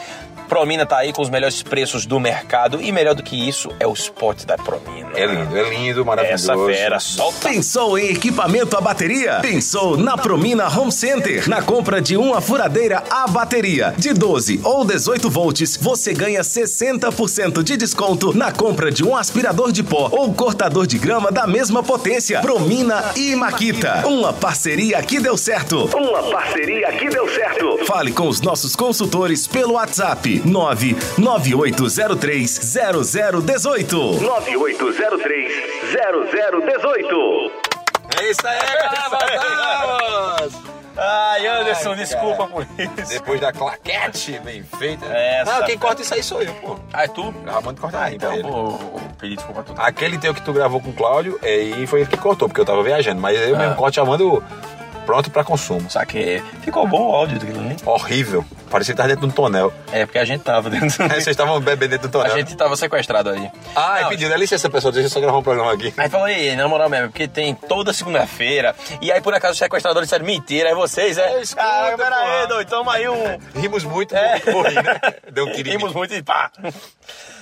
[SPEAKER 3] Promina tá aí com os melhores preços do mercado e melhor do que isso é o spot da Promina.
[SPEAKER 4] É lindo, é lindo, maravilhoso.
[SPEAKER 3] Essa fera, solta
[SPEAKER 5] Pensou em equipamento à bateria? Pensou na Promina Home Center. Na compra de uma furadeira à bateria de 12 ou 18 volts, você ganha 60% de desconto na compra de um aspirador de pó ou cortador de grama da mesma potência. Promina e Maquita. Uma parceria que deu certo.
[SPEAKER 6] Uma parceria que deu certo.
[SPEAKER 5] Fale com os nossos consultores pelo WhatsApp 998030018.
[SPEAKER 6] 9803-0018.
[SPEAKER 4] É isso aí, galera, voltamos!
[SPEAKER 3] Ai, Anderson,
[SPEAKER 4] Ai,
[SPEAKER 3] desculpa por isso.
[SPEAKER 4] Depois da claquete bem feita.
[SPEAKER 3] Essa
[SPEAKER 4] Não, quem
[SPEAKER 3] fera.
[SPEAKER 4] corta isso aí sou eu, pô.
[SPEAKER 3] Ah, é tu?
[SPEAKER 4] Eu mando cortar aí, pra
[SPEAKER 3] Então,
[SPEAKER 4] ele.
[SPEAKER 3] vou vou pedir desculpa a tu.
[SPEAKER 4] Aquele teu que tu gravou com o Cláudio, aí foi ele que cortou, porque eu tava viajando. Mas eu
[SPEAKER 3] Ah.
[SPEAKER 4] mesmo corte já mando pronto pra consumo.
[SPEAKER 3] Saquei. Ficou bom o áudio daquilo, né?
[SPEAKER 4] Horrível. Parecia que tava dentro de um tonel.
[SPEAKER 3] É, porque a gente tava dentro.
[SPEAKER 4] Aí vocês estavam bebendo dentro do
[SPEAKER 3] A
[SPEAKER 4] tonel.
[SPEAKER 3] gente tava sequestrado ali.
[SPEAKER 4] Ah,
[SPEAKER 3] Não,
[SPEAKER 4] é pedido. Dá licença, pessoal. Deixa eu só gravar um programa aqui.
[SPEAKER 3] Aí falou, ei, na moral mesmo, porque tem toda segunda-feira. E aí, por acaso, os sequestradores disseram, mentira, é vocês, é?
[SPEAKER 4] Eu escuto,
[SPEAKER 3] Ah, pera
[SPEAKER 4] porra.
[SPEAKER 3] aí, doido, toma aí um...
[SPEAKER 4] Rimos muito,
[SPEAKER 3] É.
[SPEAKER 4] morri, né? Deu um quirinho.
[SPEAKER 3] Rimos muito e pá.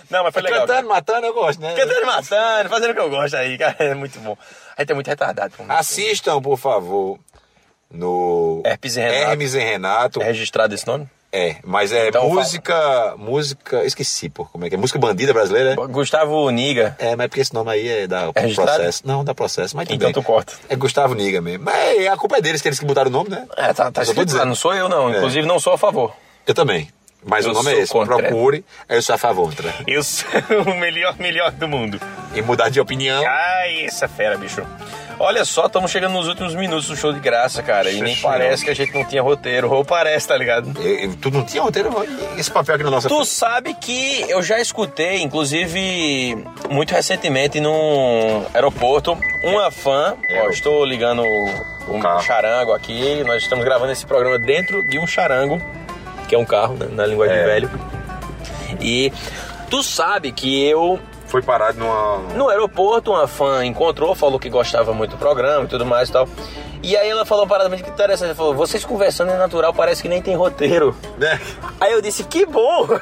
[SPEAKER 3] Não, mas foi legal.
[SPEAKER 4] Cantando, matando, eu gosto, né?
[SPEAKER 3] Cantando, matando, fazendo o que eu gosto aí, cara, é muito bom. A gente é muito retardado. pô.
[SPEAKER 4] Assistam, por favor, no...
[SPEAKER 3] Herpes e Renato.
[SPEAKER 4] Hermes e Renato.
[SPEAKER 3] É registrado esse nome?
[SPEAKER 4] É, mas é
[SPEAKER 3] Então fala.
[SPEAKER 4] música... Música... Esqueci, pô. Como é que é? Música bandida brasileira, né?
[SPEAKER 3] Gustavo Niga.
[SPEAKER 4] É, mas porque esse nome aí é da
[SPEAKER 3] É registrado?
[SPEAKER 4] processo. Não, dá processo, mas tudo
[SPEAKER 3] Então
[SPEAKER 4] bem.
[SPEAKER 3] tu corta.
[SPEAKER 4] É Gustavo Niga mesmo. Mas a culpa é deles, que eles que botaram o nome, né?
[SPEAKER 3] É, tá, tá
[SPEAKER 4] Eu tô
[SPEAKER 3] escrito lá,
[SPEAKER 4] dizendo.
[SPEAKER 3] não sou eu não.
[SPEAKER 4] É.
[SPEAKER 3] Inclusive, não sou a favor.
[SPEAKER 4] Eu também. Mas
[SPEAKER 3] Eu
[SPEAKER 4] o nome é
[SPEAKER 3] sou
[SPEAKER 4] esse.
[SPEAKER 3] contra.
[SPEAKER 4] Procure, eu sou a favor.
[SPEAKER 3] Eu sou o melhor, melhor do mundo.
[SPEAKER 4] E mudar de opinião.
[SPEAKER 3] Ai, essa fera, bicho. Olha só, estamos chegando nos últimos minutos do show de graça, cara. E
[SPEAKER 4] Isso,
[SPEAKER 3] nem
[SPEAKER 4] isso,
[SPEAKER 3] parece que a gente não tinha roteiro. Ou parece, tá ligado?
[SPEAKER 4] Eu- eu- tu não tinha roteiro? Esse papel aqui na nossa
[SPEAKER 3] Tu sabe que eu já escutei, inclusive, muito recentemente num aeroporto, uma fã. Ó, estou ligando o, o
[SPEAKER 4] carro.
[SPEAKER 3] charango aqui. Nós estamos gravando esse programa dentro de um charango, que é um carro, né, na linguagem
[SPEAKER 4] É.
[SPEAKER 3] velho. E tu sabe que eu
[SPEAKER 4] Foi parado numa.
[SPEAKER 3] no aeroporto, uma fã encontrou, falou que gostava muito do programa e tudo mais e tal. E aí ela falou uma parada muito interessante, ela falou, vocês conversando é natural, parece que nem tem roteiro.
[SPEAKER 4] Né?
[SPEAKER 3] Aí eu disse, que bom! a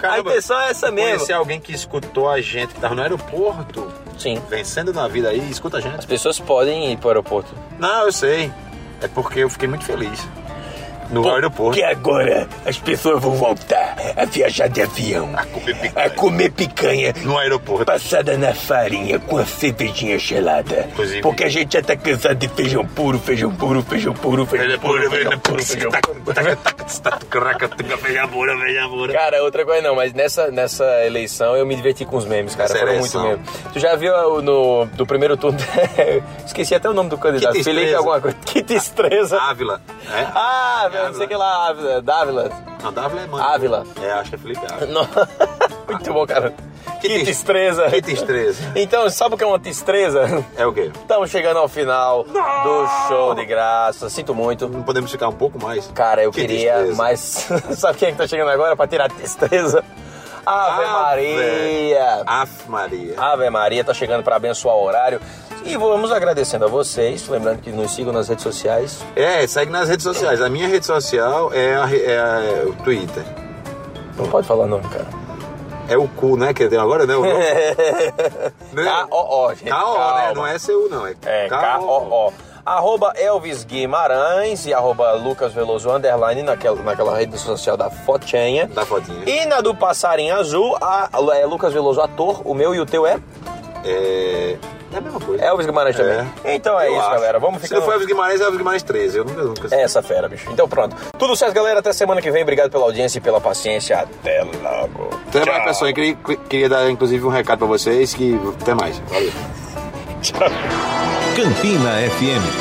[SPEAKER 4] Caramba,
[SPEAKER 3] intenção é essa mesmo.
[SPEAKER 4] Conhecer alguém que escutou a gente que tava no aeroporto,
[SPEAKER 3] Sim.
[SPEAKER 4] vencendo na vida aí, escuta a
[SPEAKER 3] As
[SPEAKER 4] gente.
[SPEAKER 3] pessoas podem ir pro aeroporto.
[SPEAKER 4] Não, eu sei. É porque eu fiquei muito feliz. No aeroporto.
[SPEAKER 3] Porque agora as pessoas vão voltar a viajar de avião, a
[SPEAKER 4] comer picanha.
[SPEAKER 3] comer picanha
[SPEAKER 4] No aeroporto.
[SPEAKER 3] passada na farinha com a cervejinha gelada.
[SPEAKER 4] Inclusive.
[SPEAKER 3] Porque a gente já tá cansado de feijão puro, feijão puro, feijão puro,
[SPEAKER 4] é
[SPEAKER 3] feijão puro, feijão puro, feijão puro. Cara, outra coisa não, mas nessa, nessa eleição eu me diverti com os memes, cara.
[SPEAKER 4] Nessa
[SPEAKER 3] Foram
[SPEAKER 4] eleição.
[SPEAKER 3] muito memes. Tu já viu ah, o- no, do primeiro turno? Esqueci até o nome do candidato.
[SPEAKER 4] Que
[SPEAKER 3] Felipe
[SPEAKER 4] destreza.
[SPEAKER 3] alguma coisa. Que destreza.
[SPEAKER 4] Ávila. né?
[SPEAKER 3] Ah, velho, não sei o que lá, Ávila. Dávila.
[SPEAKER 4] Não, da Ávila é mãe.
[SPEAKER 3] Ávila.
[SPEAKER 4] É, acho que é Felipe Ávila.
[SPEAKER 3] Não. Muito bom, cara. Que,
[SPEAKER 4] des-
[SPEAKER 3] destreza.
[SPEAKER 4] que destreza.
[SPEAKER 3] Então, sabe o que é uma destreza?
[SPEAKER 4] É o quê?
[SPEAKER 3] Estamos chegando ao final do show de graça. Sinto muito.
[SPEAKER 4] Não podemos ficar um pouco mais?
[SPEAKER 3] Cara, eu
[SPEAKER 4] Que
[SPEAKER 3] queria,
[SPEAKER 4] destreza.
[SPEAKER 3] mas sabe quem é que tá chegando agora pra tirar a tristeza? Ave
[SPEAKER 4] Ah,
[SPEAKER 3] Maria!
[SPEAKER 4] velho. Ave Maria.
[SPEAKER 3] Ave Maria tá chegando pra abençoar o horário. E vamos agradecendo a vocês, lembrando que nos sigam nas redes sociais.
[SPEAKER 4] É, segue nas redes sociais. A minha rede social é, a re- é a- é o Twitter.
[SPEAKER 3] Não pode falar nome, cara.
[SPEAKER 4] É o cu, né? Que tem agora, né? O nome? Né?
[SPEAKER 3] K-O-O, gente.
[SPEAKER 4] K.O., né?
[SPEAKER 3] calma.
[SPEAKER 4] Não é seu, não. É,
[SPEAKER 3] É, K-O-O. Arroba Elvis Guimarães e arroba Lucas Veloso Underline naquela, naquela rede social da Fotinha.
[SPEAKER 4] Da fotinha.
[SPEAKER 3] E na do Passarinho Azul, a, é Lucas Veloso ator, o meu e o teu é
[SPEAKER 4] É... é a mesma coisa.
[SPEAKER 3] Elvis Guimarães também.
[SPEAKER 4] É.
[SPEAKER 3] Então é
[SPEAKER 4] Eu
[SPEAKER 3] isso,
[SPEAKER 4] acho.
[SPEAKER 3] galera. Vamos
[SPEAKER 4] Se
[SPEAKER 3] ficar.
[SPEAKER 4] não for Elvis Guimarães, é Elvis Guimarães 13. Eu nunca, nunca.
[SPEAKER 3] É essa fera, bicho. Então pronto. Tudo certo, galera. Até semana que vem. Obrigado pela audiência e pela paciência. Até logo.
[SPEAKER 4] Até mais, pessoal. Eu queria, queria dar, inclusive, um recado pra vocês que... Até mais. Valeu.
[SPEAKER 5] Campina FM.